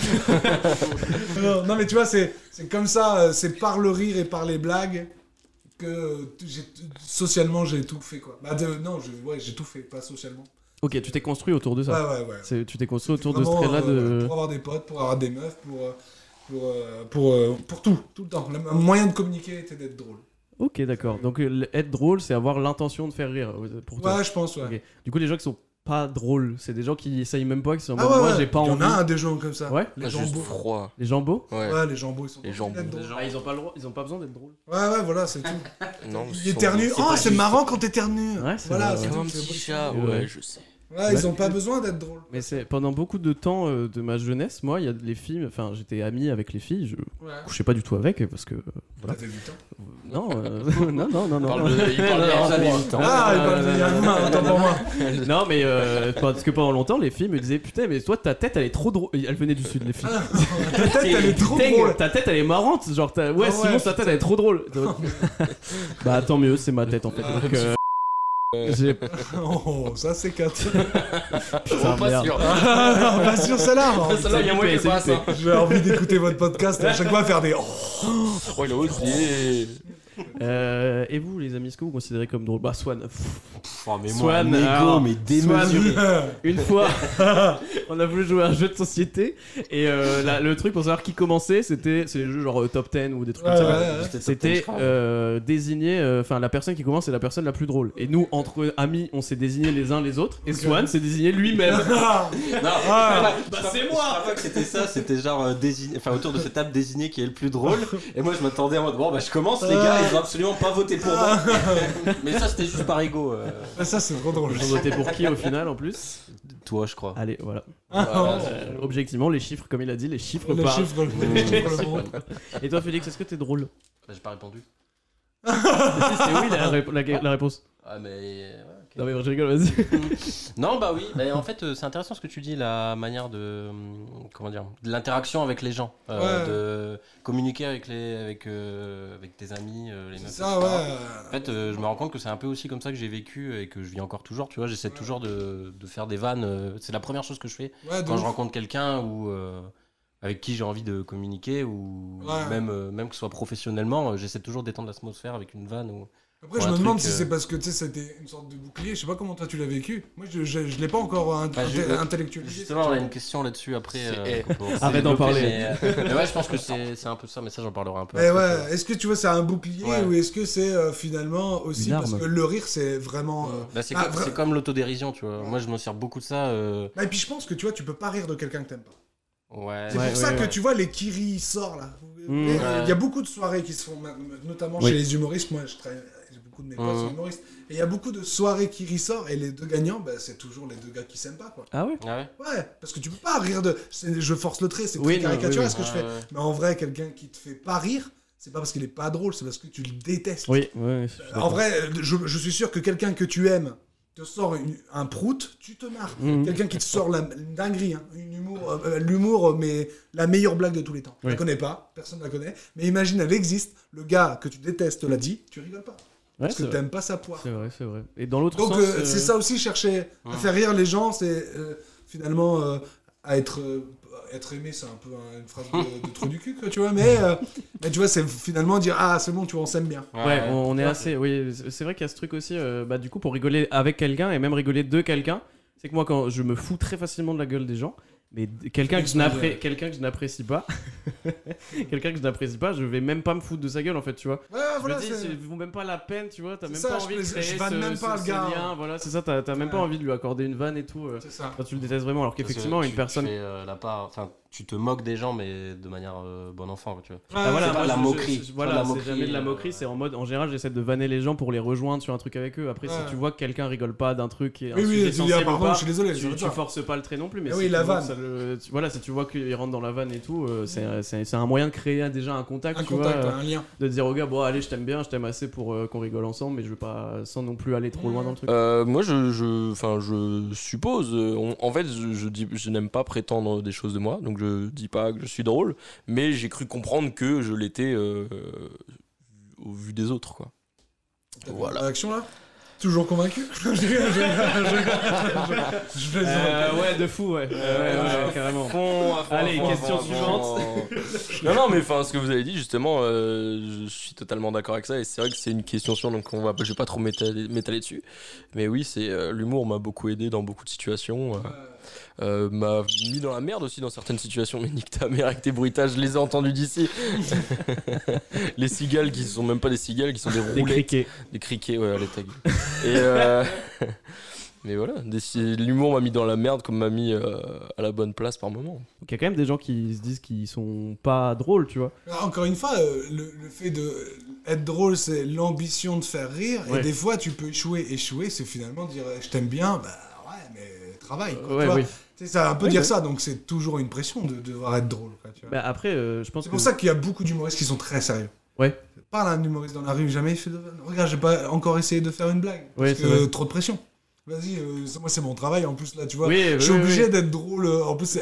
[SPEAKER 2] non, non, mais tu vois, c'est c'est comme ça, euh, c'est par le rire et par les blagues que euh, j'ai socialement j'ai tout fait quoi. Bah de- non, je- ouais, j'ai tout fait, pas socialement.
[SPEAKER 1] Ok, tu t'es construit autour de
[SPEAKER 2] Ouais,
[SPEAKER 1] ça.
[SPEAKER 2] ouais, ouais.
[SPEAKER 1] C'est- Tu t'es construit autour de ce
[SPEAKER 2] Vraiment,
[SPEAKER 1] trait-là
[SPEAKER 2] euh,
[SPEAKER 1] de.
[SPEAKER 2] Pour avoir des potes, pour avoir des meufs, pour euh, pour euh, pour, euh, pour tout, tout le temps. Le moyen de communiquer était d'être drôle.
[SPEAKER 1] Ok, d'accord. Donc euh, être drôle, c'est avoir l'intention de faire rire euh, pour toi.
[SPEAKER 2] Ouais, je pense ouais.
[SPEAKER 1] Ok. Du coup, les gens qui sont pas drôles, c'est des gens qui essayent même pas, qui sont en
[SPEAKER 2] Ah
[SPEAKER 1] mode,
[SPEAKER 2] ouais,
[SPEAKER 1] moi
[SPEAKER 2] ouais.
[SPEAKER 1] j'ai pas
[SPEAKER 2] Il y en
[SPEAKER 1] envie.
[SPEAKER 2] a un des gens comme ça.
[SPEAKER 1] Ouais.
[SPEAKER 2] Les
[SPEAKER 3] Ah, juste
[SPEAKER 2] jambons.
[SPEAKER 3] froid.
[SPEAKER 1] Les jambos
[SPEAKER 3] Ouais.
[SPEAKER 2] Ouais, les jambons, ils sont
[SPEAKER 3] Les jambons.
[SPEAKER 2] complètement drôles.
[SPEAKER 1] ah, ils ont pas le droit, ils ont pas besoin d'être drôles.
[SPEAKER 2] Ouais, ouais, voilà, c'est tout.
[SPEAKER 3] Non,
[SPEAKER 2] Ils éternuent. Oh,
[SPEAKER 3] pas
[SPEAKER 2] c'est
[SPEAKER 3] juste-
[SPEAKER 2] marrant quand t'éternues.
[SPEAKER 1] Ouais, c'est
[SPEAKER 2] Voilà,
[SPEAKER 7] Ah,
[SPEAKER 1] vrai,
[SPEAKER 2] c'est
[SPEAKER 1] ouais.
[SPEAKER 3] Comme un
[SPEAKER 2] tout.
[SPEAKER 3] petit
[SPEAKER 2] c'est-
[SPEAKER 3] chat,
[SPEAKER 1] Ouais.
[SPEAKER 3] ouais, je sais.
[SPEAKER 2] Ouais, ils ont pas besoin d'être drôles.
[SPEAKER 1] Mais c'est pendant beaucoup de temps euh, de ma jeunesse, moi, il y a les filles, enfin, j'étais ami avec les filles, je
[SPEAKER 2] Ouais.
[SPEAKER 1] couchais pas du tout avec parce que Voilà.
[SPEAKER 2] T'avais 8 ans.
[SPEAKER 1] non, euh, non, non, non,
[SPEAKER 3] Il
[SPEAKER 1] non.
[SPEAKER 3] parle de- il parle des
[SPEAKER 1] Non,
[SPEAKER 3] enfants.
[SPEAKER 1] non, non,
[SPEAKER 2] Ah, il
[SPEAKER 1] non,
[SPEAKER 2] parle
[SPEAKER 1] non,
[SPEAKER 2] de
[SPEAKER 1] non, non,
[SPEAKER 2] Yann, autant pour moi.
[SPEAKER 1] Non, mais euh, parce que pendant longtemps, les filles me disaient Putain, mais toi, ta tête, elle est trop drôle. Elle venait du sud, les filles.
[SPEAKER 2] Ah, Ta tête, elle est trop
[SPEAKER 1] Putain,
[SPEAKER 2] drôle.
[SPEAKER 1] Ta tête, elle est marrante. Genre, ta- ouais,
[SPEAKER 2] Ah ouais,
[SPEAKER 1] Simon, ta tête, elle est trop drôle. bah, tant mieux, c'est ma tête en fait.
[SPEAKER 2] Ah,
[SPEAKER 1] Donc, euh, j'ai-
[SPEAKER 2] Oh, ça, c'est 4.
[SPEAKER 1] Putain,
[SPEAKER 3] Pas
[SPEAKER 1] merde.
[SPEAKER 3] sûr.
[SPEAKER 2] Ah, Pas sur celle-là. hein.
[SPEAKER 3] Ça, là, il y a moyen
[SPEAKER 1] c'est
[SPEAKER 3] qu'elle passe,
[SPEAKER 1] loupé.
[SPEAKER 3] hein.
[SPEAKER 2] J'ai envie d'écouter votre podcast et à chaque fois faire des. Oh.
[SPEAKER 3] Oh, il a osé.
[SPEAKER 1] Euh, et vous, les amis, est-ce que vous considérez comme drôle Bah, Swan. Pff,
[SPEAKER 7] Oh, mais
[SPEAKER 1] moi, Swan, ah. un ego, alors, mais
[SPEAKER 3] Ah,
[SPEAKER 1] démesuré. Une fois, on a voulu jouer à un jeu de société. Et euh, la- le truc pour savoir qui commençait, c'était c'est les jeux genre euh, top 10 ou des trucs
[SPEAKER 2] Ouais,
[SPEAKER 1] comme ça.
[SPEAKER 2] ouais, ouais.
[SPEAKER 1] C'était euh, désigner, euh, enfin la personne qui commence est la personne la plus drôle. Et nous, entre amis, on s'est désigné les uns les autres, et Swan s'est désigné lui-même.
[SPEAKER 2] Ah,
[SPEAKER 1] bah c'est moi
[SPEAKER 7] que c'était ça, c'était genre euh, désigné, enfin autour de cette table désigné qui est le plus drôle. Et moi je m'attendais en mode bon bah je commence les gars, ils ont absolument pas voté pour moi.
[SPEAKER 2] Ah.
[SPEAKER 7] Mais ça c'était juste par ego. euh,
[SPEAKER 2] Ça, c'est trop drôle.
[SPEAKER 1] Ils ont voté pour qui au final en plus
[SPEAKER 7] toi je crois.
[SPEAKER 1] Allez, voilà.
[SPEAKER 2] Ah,
[SPEAKER 1] Euh, objectivement, les chiffres, comme il a dit, les chiffres
[SPEAKER 2] Le
[SPEAKER 1] parlent.
[SPEAKER 2] chiffre, le chiffre, le monde.
[SPEAKER 1] Et toi, Félix, est-ce que t'es drôle
[SPEAKER 7] Bah, j'ai pas répondu.
[SPEAKER 1] Si, C'est oui la, rép- la- la réponse.
[SPEAKER 7] Ah mais euh, ouais, ok.
[SPEAKER 1] Non, mais je rigole, vas-y.
[SPEAKER 7] Non, bah oui, mais en fait, euh, c'est intéressant ce que tu dis, la manière de. hum, Comment dire De l'interaction avec les gens. euh, De communiquer avec, les, avec, euh, avec tes amis, euh, les
[SPEAKER 2] C'est
[SPEAKER 7] meufs.
[SPEAKER 2] ça,
[SPEAKER 7] etc.
[SPEAKER 2] ouais.
[SPEAKER 7] En fait, euh, je me rends compte que c'est un peu aussi comme ça que j'ai vécu et que je vis encore toujours. Tu vois, j'essaie toujours de, de faire des vannes. euh, C'est la première chose que je fais
[SPEAKER 2] Ouais, Ah, de
[SPEAKER 7] quand je
[SPEAKER 2] ouf.
[SPEAKER 7] rencontre quelqu'un ou euh, avec qui j'ai envie de communiquer ou
[SPEAKER 2] Ouais.
[SPEAKER 7] même, euh, même que ce soit professionnellement, euh, j'essaie toujours d'étendre l'atmosphère avec une vanne. Ou...
[SPEAKER 2] Après,
[SPEAKER 7] Pour
[SPEAKER 2] je
[SPEAKER 7] un
[SPEAKER 2] me demande
[SPEAKER 7] truc,
[SPEAKER 2] si
[SPEAKER 7] euh,
[SPEAKER 2] c'est parce que tu sais, c'était une sorte de bouclier. Je sais pas comment toi tu l'as vécu. Moi, je, je, je l'ai pas encore int-
[SPEAKER 7] Bah, je-
[SPEAKER 2] inté- intellectualisé.
[SPEAKER 7] Justement, on a une question là-dessus après.
[SPEAKER 3] C'est-
[SPEAKER 7] euh, qu'on peut-
[SPEAKER 1] Arrête d'en parler.
[SPEAKER 7] Mais, euh, Eh mais ouais, je pense que c'est c'est un peu ça, mais ça, j'en parlerai un peu.
[SPEAKER 2] Mais
[SPEAKER 7] après,
[SPEAKER 2] Eh ouais, est-ce que tu vois, c'est un bouclier
[SPEAKER 7] Ouais.
[SPEAKER 2] ou est-ce que c'est euh, finalement aussi
[SPEAKER 1] Une
[SPEAKER 2] parce
[SPEAKER 1] arme.
[SPEAKER 2] que le rire, c'est vraiment. euh,
[SPEAKER 7] Bah, c'est
[SPEAKER 2] Ah,
[SPEAKER 7] comme,
[SPEAKER 2] vra-
[SPEAKER 7] c'est comme l'autodérision, tu vois. Moi, je me sers beaucoup de ça. euh,
[SPEAKER 2] Bah, et puis je pense que tu vois, tu peux pas rire de quelqu'un que t'aimes pas.
[SPEAKER 7] Ouais. Mmh,
[SPEAKER 2] C'est
[SPEAKER 1] Ouais,
[SPEAKER 2] pour ça
[SPEAKER 1] ouais,
[SPEAKER 2] que
[SPEAKER 1] ouais.
[SPEAKER 2] tu vois, les Kiri sort là.
[SPEAKER 1] Mm.
[SPEAKER 2] Et, euh, Il
[SPEAKER 7] Ouais.
[SPEAKER 2] y a beaucoup de soirées qui se font, ma- notamment
[SPEAKER 1] Oui.
[SPEAKER 2] chez les humoristes. Moi, je travaille. j'ai Beaucoup de mes potes
[SPEAKER 7] Mm.
[SPEAKER 2] sont humoristes. Et il y a beaucoup de soirées Kiri sort et les deux gagnants, bah, c'est toujours les deux gars qui s'aiment pas. Quoi.
[SPEAKER 1] Ah ouais
[SPEAKER 7] Ah ouais
[SPEAKER 2] Ouais, parce que tu peux pas rire de. c'est- Je force le trait, c'est
[SPEAKER 1] Oui, non,
[SPEAKER 2] très caricatural
[SPEAKER 1] oui,
[SPEAKER 2] ce que je fais.
[SPEAKER 7] Ouais, ouais.
[SPEAKER 2] Mais en vrai, quelqu'un qui te fait pas rire, c'est pas parce qu'il est pas drôle, c'est parce que tu le détestes.
[SPEAKER 1] Oui, ouais. je suis
[SPEAKER 2] En
[SPEAKER 1] d'accord.
[SPEAKER 2] vrai, euh, je, je suis sûr que quelqu'un que tu aimes te sort une- un prout, tu te marres.
[SPEAKER 1] Mhm.
[SPEAKER 2] Quelqu'un qui te sort la une dinguerie, hein, une humour, euh, euh, l'humour, euh, mais la meilleure blague de tous les temps. Tu
[SPEAKER 1] Oui.
[SPEAKER 2] la connais pas, personne la connaît, mais imagine, elle existe, le gars que tu détestes l'a dit, tu rigoles pas.
[SPEAKER 1] Mhm. Ouais,
[SPEAKER 2] parce
[SPEAKER 1] c'est
[SPEAKER 2] que
[SPEAKER 1] vrai.
[SPEAKER 2] t'aimes pas sa poire.
[SPEAKER 1] C'est vrai, c'est vrai. Et dans l'autre
[SPEAKER 2] Donc
[SPEAKER 1] sens.
[SPEAKER 2] euh,
[SPEAKER 1] euh,
[SPEAKER 2] c'est ça aussi, chercher à
[SPEAKER 7] Ouais.
[SPEAKER 2] faire rire les gens, c'est euh, finalement euh, à être, euh, être aimé, c'est un peu hein, une phrase de, de trou du cul, quoi, tu vois, mais, euh, mais tu vois, c'est finalement dire, ah c'est bon, tu vois, on s'aime bien.
[SPEAKER 1] Ouais, on, on est assez. Oui, c'est c'est vrai qu'il y a ce truc aussi. euh, bah, du coup, pour rigoler avec quelqu'un et même rigoler de quelqu'un, c'est que moi, quand je me fous très facilement de la gueule des gens, mais d- quelqu'un que je n'appré- quelqu'un que je n'apprécie pas, quelqu'un que je n'apprécie pas, je vais même pas me foutre de sa gueule en fait, tu vois. Je
[SPEAKER 2] Ouais,
[SPEAKER 1] me
[SPEAKER 2] Ah, voilà,
[SPEAKER 1] dis,
[SPEAKER 2] c'est-
[SPEAKER 1] c'est- vaut même pas la peine, tu vois. T'as
[SPEAKER 2] C'est
[SPEAKER 1] même
[SPEAKER 2] ça,
[SPEAKER 1] pas
[SPEAKER 2] je
[SPEAKER 1] envie de
[SPEAKER 2] plais-
[SPEAKER 1] créer
[SPEAKER 2] je vanne
[SPEAKER 1] ce-
[SPEAKER 2] même pas
[SPEAKER 1] ce-
[SPEAKER 2] le
[SPEAKER 1] ce
[SPEAKER 2] gars. hein.
[SPEAKER 1] lien, Voilà, c'est ça. T'as t'as même pas
[SPEAKER 2] Ouais.
[SPEAKER 1] envie de lui accorder une vanne et tout. euh,
[SPEAKER 2] c'est ça.
[SPEAKER 1] quand tu le détestes vraiment, alors qu'effectivement,
[SPEAKER 7] Tu-
[SPEAKER 1] une
[SPEAKER 7] tu
[SPEAKER 1] personne.
[SPEAKER 7] fais, euh, la part, enfin, tu te moques des gens, mais de manière euh, bon enfant, tu vois.
[SPEAKER 1] Ah, voilà,
[SPEAKER 7] c'est pas
[SPEAKER 1] moi,
[SPEAKER 7] de la
[SPEAKER 1] je- je-
[SPEAKER 7] moquerie.
[SPEAKER 1] je-
[SPEAKER 7] C'est
[SPEAKER 1] voilà,
[SPEAKER 7] pas de la
[SPEAKER 1] c'est
[SPEAKER 7] moquerie,
[SPEAKER 1] jamais de la
[SPEAKER 7] euh,
[SPEAKER 1] moquerie. C'est en mode, en général, j'essaie de vanner les gens pour les rejoindre sur un truc avec eux. Après,
[SPEAKER 2] Ouais.
[SPEAKER 1] si tu vois que quelqu'un rigole pas d'un truc et un
[SPEAKER 2] Oui,
[SPEAKER 1] sujet
[SPEAKER 2] oui, tu dis,
[SPEAKER 1] sensible
[SPEAKER 2] ah,
[SPEAKER 1] ou
[SPEAKER 2] pardon,
[SPEAKER 1] pas,
[SPEAKER 2] je suis désolé, je
[SPEAKER 1] tu,
[SPEAKER 2] veux
[SPEAKER 1] tu
[SPEAKER 2] pas.
[SPEAKER 1] forces pas le trait non plus, mais
[SPEAKER 2] Ah
[SPEAKER 1] si
[SPEAKER 2] oui,
[SPEAKER 1] tu
[SPEAKER 2] la
[SPEAKER 1] vois que
[SPEAKER 2] vanne.
[SPEAKER 1] ça le- tu- voilà, si tu vois qu'il rentre dans la vanne et tout, euh, c'est- c'est c'est un moyen de créer déjà un contact,
[SPEAKER 2] un
[SPEAKER 1] tu
[SPEAKER 2] contact,
[SPEAKER 1] vois, euh,
[SPEAKER 2] un lien.
[SPEAKER 1] de dire au gars, bon, allez, je t'aime bien, je t'aime assez pour euh, qu'on rigole ensemble, mais je veux pas, sans non plus aller trop
[SPEAKER 2] Mmh.
[SPEAKER 1] loin dans le truc.
[SPEAKER 3] Euh, moi, je, je, enfin, je suppose. euh, on- en fait, je, je dis, je n'aime pas prétendre des choses de moi, donc je dis pas que je suis drôle, mais j'ai cru comprendre que je l'étais euh, au vu des autres, quoi.
[SPEAKER 2] T'as
[SPEAKER 3] Voilà.
[SPEAKER 2] une Réaction là Toujours convaincu Je rigole, je rigole, je rigole, je plaisante.
[SPEAKER 1] Euh, ouais, de fou, ouais. ouais,
[SPEAKER 3] ouais, ouais,
[SPEAKER 1] ouais, carrément.
[SPEAKER 3] Fond, à fond, à
[SPEAKER 1] Allez,
[SPEAKER 3] fond, à
[SPEAKER 1] question
[SPEAKER 3] fond, à
[SPEAKER 1] suivante.
[SPEAKER 3] fond. non, non, mais enfin, ce que vous avez dit, justement, euh, je suis totalement d'accord avec ça. Et c'est vrai que c'est une question sûre, donc on va, je vais pas trop m'étaler m'étaler dessus. Mais oui, c'est euh, l'humour m'a beaucoup aidé dans beaucoup de situations. euh, euh, m'a mis dans la merde aussi dans certaines situations. Mais nique ta mère avec tes bruitages, je les ai entendus d'ici. les cigales qui sont même pas des cigales, qui sont des
[SPEAKER 1] Des
[SPEAKER 3] roulets.
[SPEAKER 1] criquets.
[SPEAKER 3] Des criquets, ouais, allez, ta gueule. Et euh, Mais voilà, des- l'humour m'a mis dans la merde comme m'a mis euh, à la bonne place par moment.
[SPEAKER 1] Donc il y a quand même des gens qui se disent qu'ils sont pas drôles, tu vois.
[SPEAKER 2] Ah, Encore une fois, euh, le, le fait de être drôle, c'est l'ambition de faire rire.
[SPEAKER 1] Ouais.
[SPEAKER 2] Et des fois, tu peux échouer. Échouer, c'est finalement dire euh, je t'aime bien, bah ouais, mais travaille. Quoi,
[SPEAKER 1] Ouais,
[SPEAKER 2] tu vois.
[SPEAKER 1] oui.
[SPEAKER 2] Tu sais, ça veut un peu
[SPEAKER 1] Oui,
[SPEAKER 2] dire
[SPEAKER 1] oui.
[SPEAKER 2] ça, donc c'est toujours une pression de devoir être drôle. quoi, tu vois.
[SPEAKER 1] Bah, après, euh, je pense
[SPEAKER 2] c'est
[SPEAKER 1] que.
[SPEAKER 2] pour ça qu'il y a beaucoup d'humoristes qui sont très sérieux.
[SPEAKER 1] Ouais.
[SPEAKER 2] Parle à un humoriste dans la rue, jamais il fait de... Regarde, j'ai pas encore essayé de faire une blague.
[SPEAKER 1] Ouais,
[SPEAKER 2] parce
[SPEAKER 1] c'est
[SPEAKER 2] que
[SPEAKER 1] vrai.
[SPEAKER 2] trop de pression. Vas-y, euh, c'est- moi c'est mon travail en plus là, tu vois.
[SPEAKER 1] Oui,
[SPEAKER 2] Je
[SPEAKER 1] oui,
[SPEAKER 2] suis
[SPEAKER 1] oui,
[SPEAKER 2] obligé
[SPEAKER 1] oui.
[SPEAKER 2] d'être drôle. euh, En plus, c'est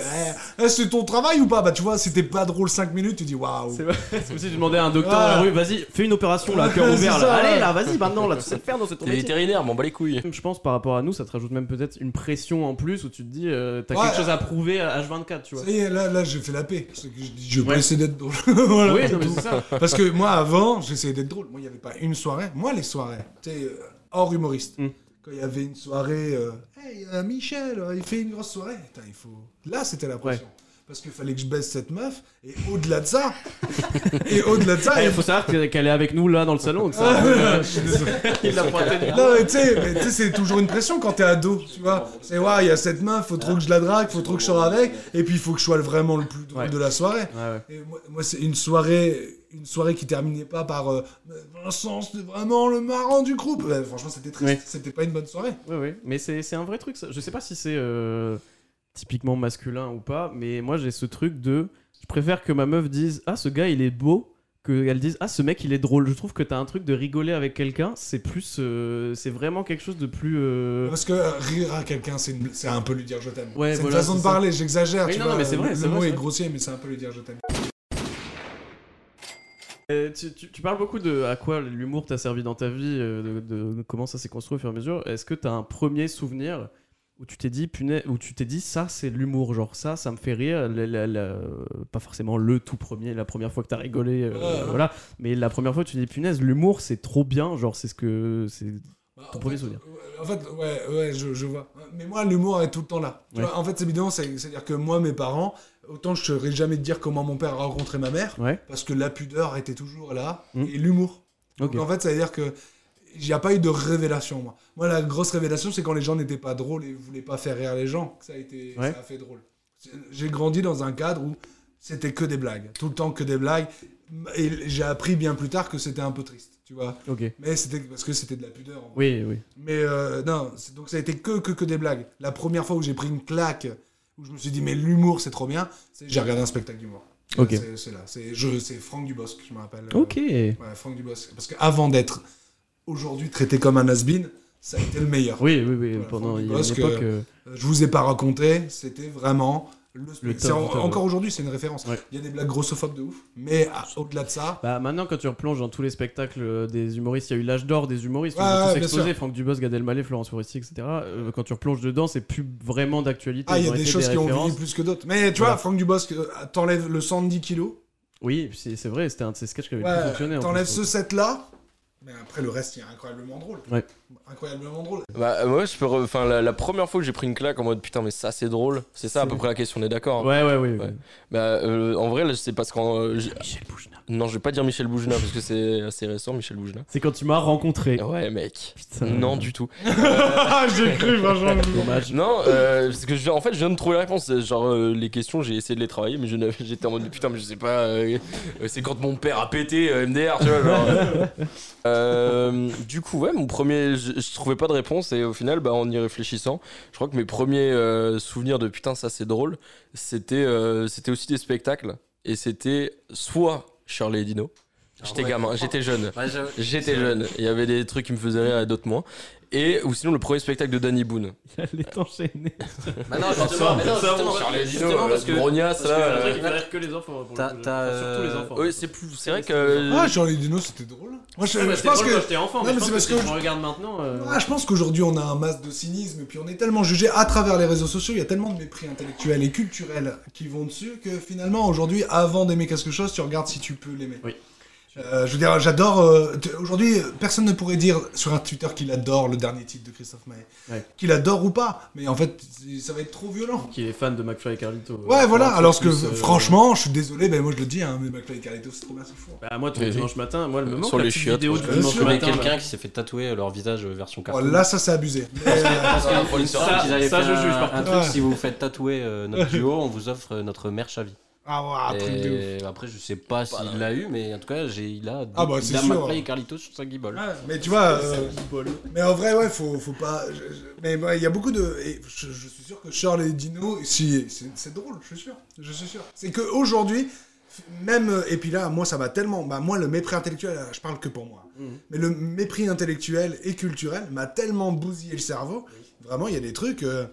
[SPEAKER 2] eh, eh, c'est ton travail ou pas Bah, tu vois, si t'es pas drôle 5 minutes, tu dis waouh.
[SPEAKER 1] C'est vrai. C'est comme si tu demandais à un docteur
[SPEAKER 2] Voilà.
[SPEAKER 1] à la rue, vas-y, fais une opération là, cœur
[SPEAKER 2] C'est
[SPEAKER 1] ouvert là.
[SPEAKER 2] ça, ouais.
[SPEAKER 1] Allez là, vas-y, maintenant là, tu sais le faire dans cette
[SPEAKER 3] T'es vétérinaire, m'en bats les couilles.
[SPEAKER 1] Je pense par rapport à nous, ça te rajoute même peut-être une pression en plus où tu te dis, euh, t'as
[SPEAKER 2] Ouais.
[SPEAKER 1] quelque chose à prouver à H24, tu vois.
[SPEAKER 2] Ça y est, là, là j'ai fait la paix. Parce que je dis, je vais pas
[SPEAKER 1] Ouais.
[SPEAKER 2] essayer d'être drôle. Voilà,
[SPEAKER 1] Oui,
[SPEAKER 2] c'est
[SPEAKER 1] non, mais
[SPEAKER 2] tout.
[SPEAKER 1] c'est ça.
[SPEAKER 2] Parce que moi, avant, j'essayais d'être drôle. Moi, il n'y avait pas une soirée. Moi, les soirées, tu sais, euh, hors humoriste.
[SPEAKER 1] Mm.
[SPEAKER 2] Quand il y avait une soirée, euh, hey, euh, Michel, euh, il fait une grosse soirée. Putain, il faut. Là, c'était la pression. Parce qu'il fallait que je baisse cette meuf. Et au-delà de ça. et au-delà de ça.
[SPEAKER 1] Eh,
[SPEAKER 2] il
[SPEAKER 1] Il faut savoir que- qu'elle est avec nous là dans le salon. donc
[SPEAKER 2] Ah
[SPEAKER 1] ça-
[SPEAKER 2] je suis désolé.
[SPEAKER 1] il l'a pointé du
[SPEAKER 2] Non, mais tu sais, mais tu sais, c'est toujours une pression quand t'es ado, tu vois. C'est, ouais, il y a cette meuf, faut trop que je la drague, faut trop que je sors avec, et puis il faut que je sois le- vraiment le plus drôle
[SPEAKER 1] Ouais.
[SPEAKER 2] de la soirée.
[SPEAKER 1] Ouais, ouais.
[SPEAKER 2] Et moi, moi, c'est une soirée, une soirée qui terminait pas par euh, Vincent, c'est vraiment le marrant du groupe. Ouais, franchement, c'était triste,
[SPEAKER 1] Oui.
[SPEAKER 2] c'était pas une bonne soirée.
[SPEAKER 1] Oui, oui, mais c'est c'est un vrai truc. Ça. Je sais pas si c'est euh, typiquement masculin ou pas, mais moi j'ai ce truc de. Je préfère que ma meuf dise Ah, ce gars il est beau, qu'elle dise Ah, ce mec il est drôle. Je trouve que t'as un truc de rigoler avec quelqu'un, c'est plus. euh, c'est vraiment quelque chose de plus. euh,
[SPEAKER 2] Parce que euh, rire à quelqu'un, c'est une- c'est un peu lui dire je t'aime.
[SPEAKER 1] Ouais,
[SPEAKER 2] c'est
[SPEAKER 1] voilà,
[SPEAKER 2] une façon
[SPEAKER 1] c'est
[SPEAKER 2] de
[SPEAKER 1] ça.
[SPEAKER 2] parler, j'exagère.
[SPEAKER 1] Oui,
[SPEAKER 2] tu
[SPEAKER 1] non,
[SPEAKER 2] vois,
[SPEAKER 1] non, mais c'est vrai,
[SPEAKER 2] Le,
[SPEAKER 1] c'est
[SPEAKER 2] le
[SPEAKER 1] vrai,
[SPEAKER 2] mot
[SPEAKER 1] c'est
[SPEAKER 2] est
[SPEAKER 1] vrai.
[SPEAKER 2] grossier, mais c'est un peu lui dire je t'aime.
[SPEAKER 1] Euh, tu, tu- tu parles beaucoup de à quoi l'humour t'a servi dans ta vie, euh, de, de comment ça s'est construit au fur et à mesure. Est-ce que t'as un premier souvenir où tu t'es dit punaise, où tu t'es dit ça c'est de l'humour, genre ça, ça me fait rire, la- la- la- pas forcément le tout premier, la première fois que t'as rigolé, euh,
[SPEAKER 2] Ouais, ouais.
[SPEAKER 1] voilà, mais la première fois que tu dis punaise, l'humour c'est trop bien, genre c'est ce que c'est.
[SPEAKER 2] Bah,
[SPEAKER 1] Ton
[SPEAKER 2] en
[SPEAKER 1] premier
[SPEAKER 2] fait,
[SPEAKER 1] souvenir.
[SPEAKER 2] euh, En fait, ouais, ouais, je, je vois. Mais moi, l'humour est tout le temps là. Tu
[SPEAKER 1] Ouais.
[SPEAKER 2] vois, en fait, c'est évident, c'est- c'est-à-dire que moi, mes parents, autant je ne saurais jamais te dire comment mon père a rencontré ma mère,
[SPEAKER 1] Ouais.
[SPEAKER 2] parce que la pudeur était toujours là,
[SPEAKER 1] Mm.
[SPEAKER 2] et l'humour.
[SPEAKER 1] Ok.
[SPEAKER 2] Donc en fait, ça veut dire que il n'y a pas eu de révélation, moi. Moi, la grosse révélation, c'est quand les gens n'étaient pas drôles et voulaient pas faire rire les gens, que ça a, été,
[SPEAKER 1] Ouais.
[SPEAKER 2] ça a fait drôle. C'est- J'ai grandi dans un cadre où c'était que des blagues, tout le temps que des blagues, et j'ai appris bien plus tard que c'était un peu triste, tu vois.
[SPEAKER 1] Ok.
[SPEAKER 2] Mais c'était parce que c'était de la pudeur. en
[SPEAKER 1] Oui,
[SPEAKER 2] vrai.
[SPEAKER 1] oui.
[SPEAKER 2] Mais euh, non, c'est- donc ça a été que, que, que des blagues. La première fois où j'ai pris une claque, où je me suis dit, mais l'humour, c'est trop bien, c'est j'ai regardé un spectacle d'humour.
[SPEAKER 1] Ok.
[SPEAKER 2] C'est c'est là. C'est je- c'est Franck Dubosc, je me rappelle. Euh,
[SPEAKER 1] Ok.
[SPEAKER 2] Ouais, Franck Dubosc. Parce qu'avant d'être aujourd'hui traité comme un has-been, ça a été le meilleur.
[SPEAKER 1] Oui, oui, oui.
[SPEAKER 2] Voilà,
[SPEAKER 1] pendant
[SPEAKER 2] Franck
[SPEAKER 1] il y a une
[SPEAKER 2] Dubosc,
[SPEAKER 1] époque. euh,
[SPEAKER 2] Euh, Je vous ai pas raconté, c'était vraiment le,
[SPEAKER 1] Le top
[SPEAKER 2] c'est en-
[SPEAKER 1] du top,
[SPEAKER 2] Encore aujourd'hui, c'est une référence. Il
[SPEAKER 1] Ouais.
[SPEAKER 2] y a des blagues grossophobes de ouf, mais à- au-delà de ça,
[SPEAKER 1] Bah maintenant quand tu replonges dans tous les spectacles euh, des humoristes, il y a eu l'âge d'or des humoristes,
[SPEAKER 2] Ouais,
[SPEAKER 1] ils ont
[SPEAKER 2] ouais,
[SPEAKER 1] tous
[SPEAKER 2] bien
[SPEAKER 1] explosé, Franck Dubos, Gad Elmaleh, Florence Foresti, etc. Euh, quand tu replonges dedans, c'est plus vraiment d'actualité.
[SPEAKER 2] ah, il y
[SPEAKER 1] ils
[SPEAKER 2] a
[SPEAKER 1] ont
[SPEAKER 2] des
[SPEAKER 1] été
[SPEAKER 2] choses qui ont
[SPEAKER 1] références.
[SPEAKER 2] vieilli plus que d'autres. Mais tu
[SPEAKER 1] Voilà.
[SPEAKER 2] vois, Franck Dubosc, euh, t'enlèves le 110 kilos.
[SPEAKER 1] Oui, c'est c'est vrai, c'était un de ces sketchs qui avait
[SPEAKER 2] Ouais,
[SPEAKER 1] plus fonctionné. en
[SPEAKER 2] T'enlèves
[SPEAKER 1] plus.
[SPEAKER 2] ce set là, mais après le reste il est incroyablement drôle.
[SPEAKER 1] Ouais.
[SPEAKER 2] Incroyablement drôle.
[SPEAKER 3] Bah euh, ouais, je peux. re- Enfin, la, la première fois que j'ai pris une claque en mode putain, mais ça c'est drôle. C'est ça à peu près la question. On est d'accord. hein.
[SPEAKER 1] Ouais, ouais, oui.
[SPEAKER 3] Ouais. Bah euh, en vrai, là, c'est parce qu'en. euh, j'ai-
[SPEAKER 1] Michel Bougenat.
[SPEAKER 3] non, je vais pas dire Michel Boujna parce que c'est assez récent, Michel Boujna.
[SPEAKER 1] C'est quand tu m'as rencontré.
[SPEAKER 3] Ouais, mec.
[SPEAKER 1] Putain.
[SPEAKER 3] Non, du tout.
[SPEAKER 2] Ah, j'ai cru, franchement.
[SPEAKER 1] Dommage.
[SPEAKER 3] Non, euh, parce que je- en fait, je viens de trouver la réponse. Genre, euh, les questions, j'ai essayé de les travailler, mais je n'avais- j'étais en mode putain, mais je sais pas. euh, euh, c'est quand mon père a pété euh, MDR, tu vois. Genre, euh. Euh, du coup, ouais, mon premier, je, je trouvais pas de réponse et au final, bah, en y réfléchissant, je crois que mes premiers euh, souvenirs de putain, ça c'est drôle, c'était, euh, c'était aussi des spectacles et c'était soit Shirley et Dino. J'étais
[SPEAKER 7] Ah ouais.
[SPEAKER 3] gamin, j'étais jeune.
[SPEAKER 7] Ouais, j'avoue.
[SPEAKER 3] J'étais jeune. Il y avait des trucs qui me faisaient rire et d'autres moins. Et ou sinon le premier spectacle de Danny Boone.
[SPEAKER 1] Il allait t'enchaîner.
[SPEAKER 7] Bah non, justement, mais non, justement,
[SPEAKER 3] Charlie
[SPEAKER 7] justement,
[SPEAKER 3] Dino,
[SPEAKER 7] parce que
[SPEAKER 3] Brogna,
[SPEAKER 6] Parce que
[SPEAKER 3] ça.
[SPEAKER 6] c'est un truc qui
[SPEAKER 3] euh,
[SPEAKER 6] fait rire que les enfants. pour le
[SPEAKER 7] T'as-
[SPEAKER 6] coup,
[SPEAKER 7] t'as,
[SPEAKER 6] enfin, Surtout les
[SPEAKER 7] euh,
[SPEAKER 6] enfants.
[SPEAKER 3] ouais, c'est plus. C'est vrai que.
[SPEAKER 2] Ah, Charlie Dino, c'était drôle. Moi, je,
[SPEAKER 6] Euh. Ah, bah,
[SPEAKER 2] je
[SPEAKER 6] c'était
[SPEAKER 2] pense
[SPEAKER 6] drôle
[SPEAKER 2] que.
[SPEAKER 6] quand j'étais enfant,
[SPEAKER 2] Non,
[SPEAKER 6] mais
[SPEAKER 2] mais
[SPEAKER 6] je
[SPEAKER 2] c'est
[SPEAKER 6] pense que
[SPEAKER 2] parce
[SPEAKER 6] si
[SPEAKER 2] que
[SPEAKER 6] je
[SPEAKER 2] je-
[SPEAKER 6] me regarde maintenant. euh,
[SPEAKER 2] Ah, je pense qu'aujourd'hui on a un masque de cynisme, et puis on est tellement jugé à travers les réseaux sociaux, il y a tellement de mépris intellectuel et culturel qui vont dessus que finalement aujourd'hui, avant d'aimer quelque chose, tu regardes si tu peux l'aimer.
[SPEAKER 6] Oui.
[SPEAKER 2] Euh, je veux dire, j'adore. euh, t- aujourd'hui, euh, personne ne pourrait dire sur un Twitter qu'il adore le dernier titre de Christophe Maé,
[SPEAKER 6] Ouais.
[SPEAKER 2] qu'il adore ou pas, mais en fait, c'est- ça va être trop violent.
[SPEAKER 6] Qui est fan de McFly et Carlito. euh,
[SPEAKER 2] Ouais,
[SPEAKER 6] un
[SPEAKER 2] voilà.
[SPEAKER 6] peu
[SPEAKER 2] Alors que
[SPEAKER 6] plus, euh,
[SPEAKER 2] franchement, je suis désolé, ben moi je le dis, hein, mais McFly et Carlito, c'est trop bien, c'est fou.
[SPEAKER 6] Bah, moi, tous
[SPEAKER 3] Oui,
[SPEAKER 6] les
[SPEAKER 3] oui.
[SPEAKER 6] dimanches matin, moi, elle me
[SPEAKER 3] Euh,
[SPEAKER 6] manque.
[SPEAKER 3] sur
[SPEAKER 6] la
[SPEAKER 3] les
[SPEAKER 6] petite
[SPEAKER 3] chiottes,
[SPEAKER 6] vidéo
[SPEAKER 3] ouais.
[SPEAKER 6] du
[SPEAKER 2] Bien
[SPEAKER 6] dimanche
[SPEAKER 2] sûr.
[SPEAKER 7] Mais
[SPEAKER 6] matin.
[SPEAKER 7] quelqu'un qui s'est fait tatouer leur visage euh, version
[SPEAKER 2] Oh,
[SPEAKER 7] cartoon.
[SPEAKER 2] là, ça c'est abusé. Mais, euh,
[SPEAKER 7] Parce
[SPEAKER 3] Ah, faut
[SPEAKER 7] que
[SPEAKER 3] le
[SPEAKER 7] il me semble
[SPEAKER 6] savoir.
[SPEAKER 7] qu'ils avaient
[SPEAKER 6] Ça,
[SPEAKER 7] fait
[SPEAKER 6] je
[SPEAKER 7] un-
[SPEAKER 6] juge, par
[SPEAKER 7] un
[SPEAKER 2] contre.
[SPEAKER 7] truc,
[SPEAKER 2] Ouais.
[SPEAKER 7] si vous vous faites tatouer euh, notre duo, on vous offre euh, notre merch à vie.
[SPEAKER 2] ah, ouais, truc de ouf.
[SPEAKER 7] Et après, je sais pas s'il l'a eu, mais en tout cas, j'ai, il a,
[SPEAKER 2] Ah bah,
[SPEAKER 7] il
[SPEAKER 2] c'est
[SPEAKER 7] a
[SPEAKER 2] sûr.
[SPEAKER 7] McFly et Carlitos sur sa guibole.
[SPEAKER 2] Ouais, mais tu vois, euh, mais en vrai, ouais, faut, faut pas. je- je- mais bah, il y a beaucoup de. et je, je suis sûr que Charles et Dino, si, c'est- c'est drôle, je suis sûr. Je suis sûr. C'est que aujourd'hui, même. Et puis là, moi, ça m'a tellement. Bah, moi, le mépris intellectuel, je parle que pour moi. Mais le mépris intellectuel et culturel m'a tellement bousillé le cerveau. Vraiment, il y a des trucs. euh,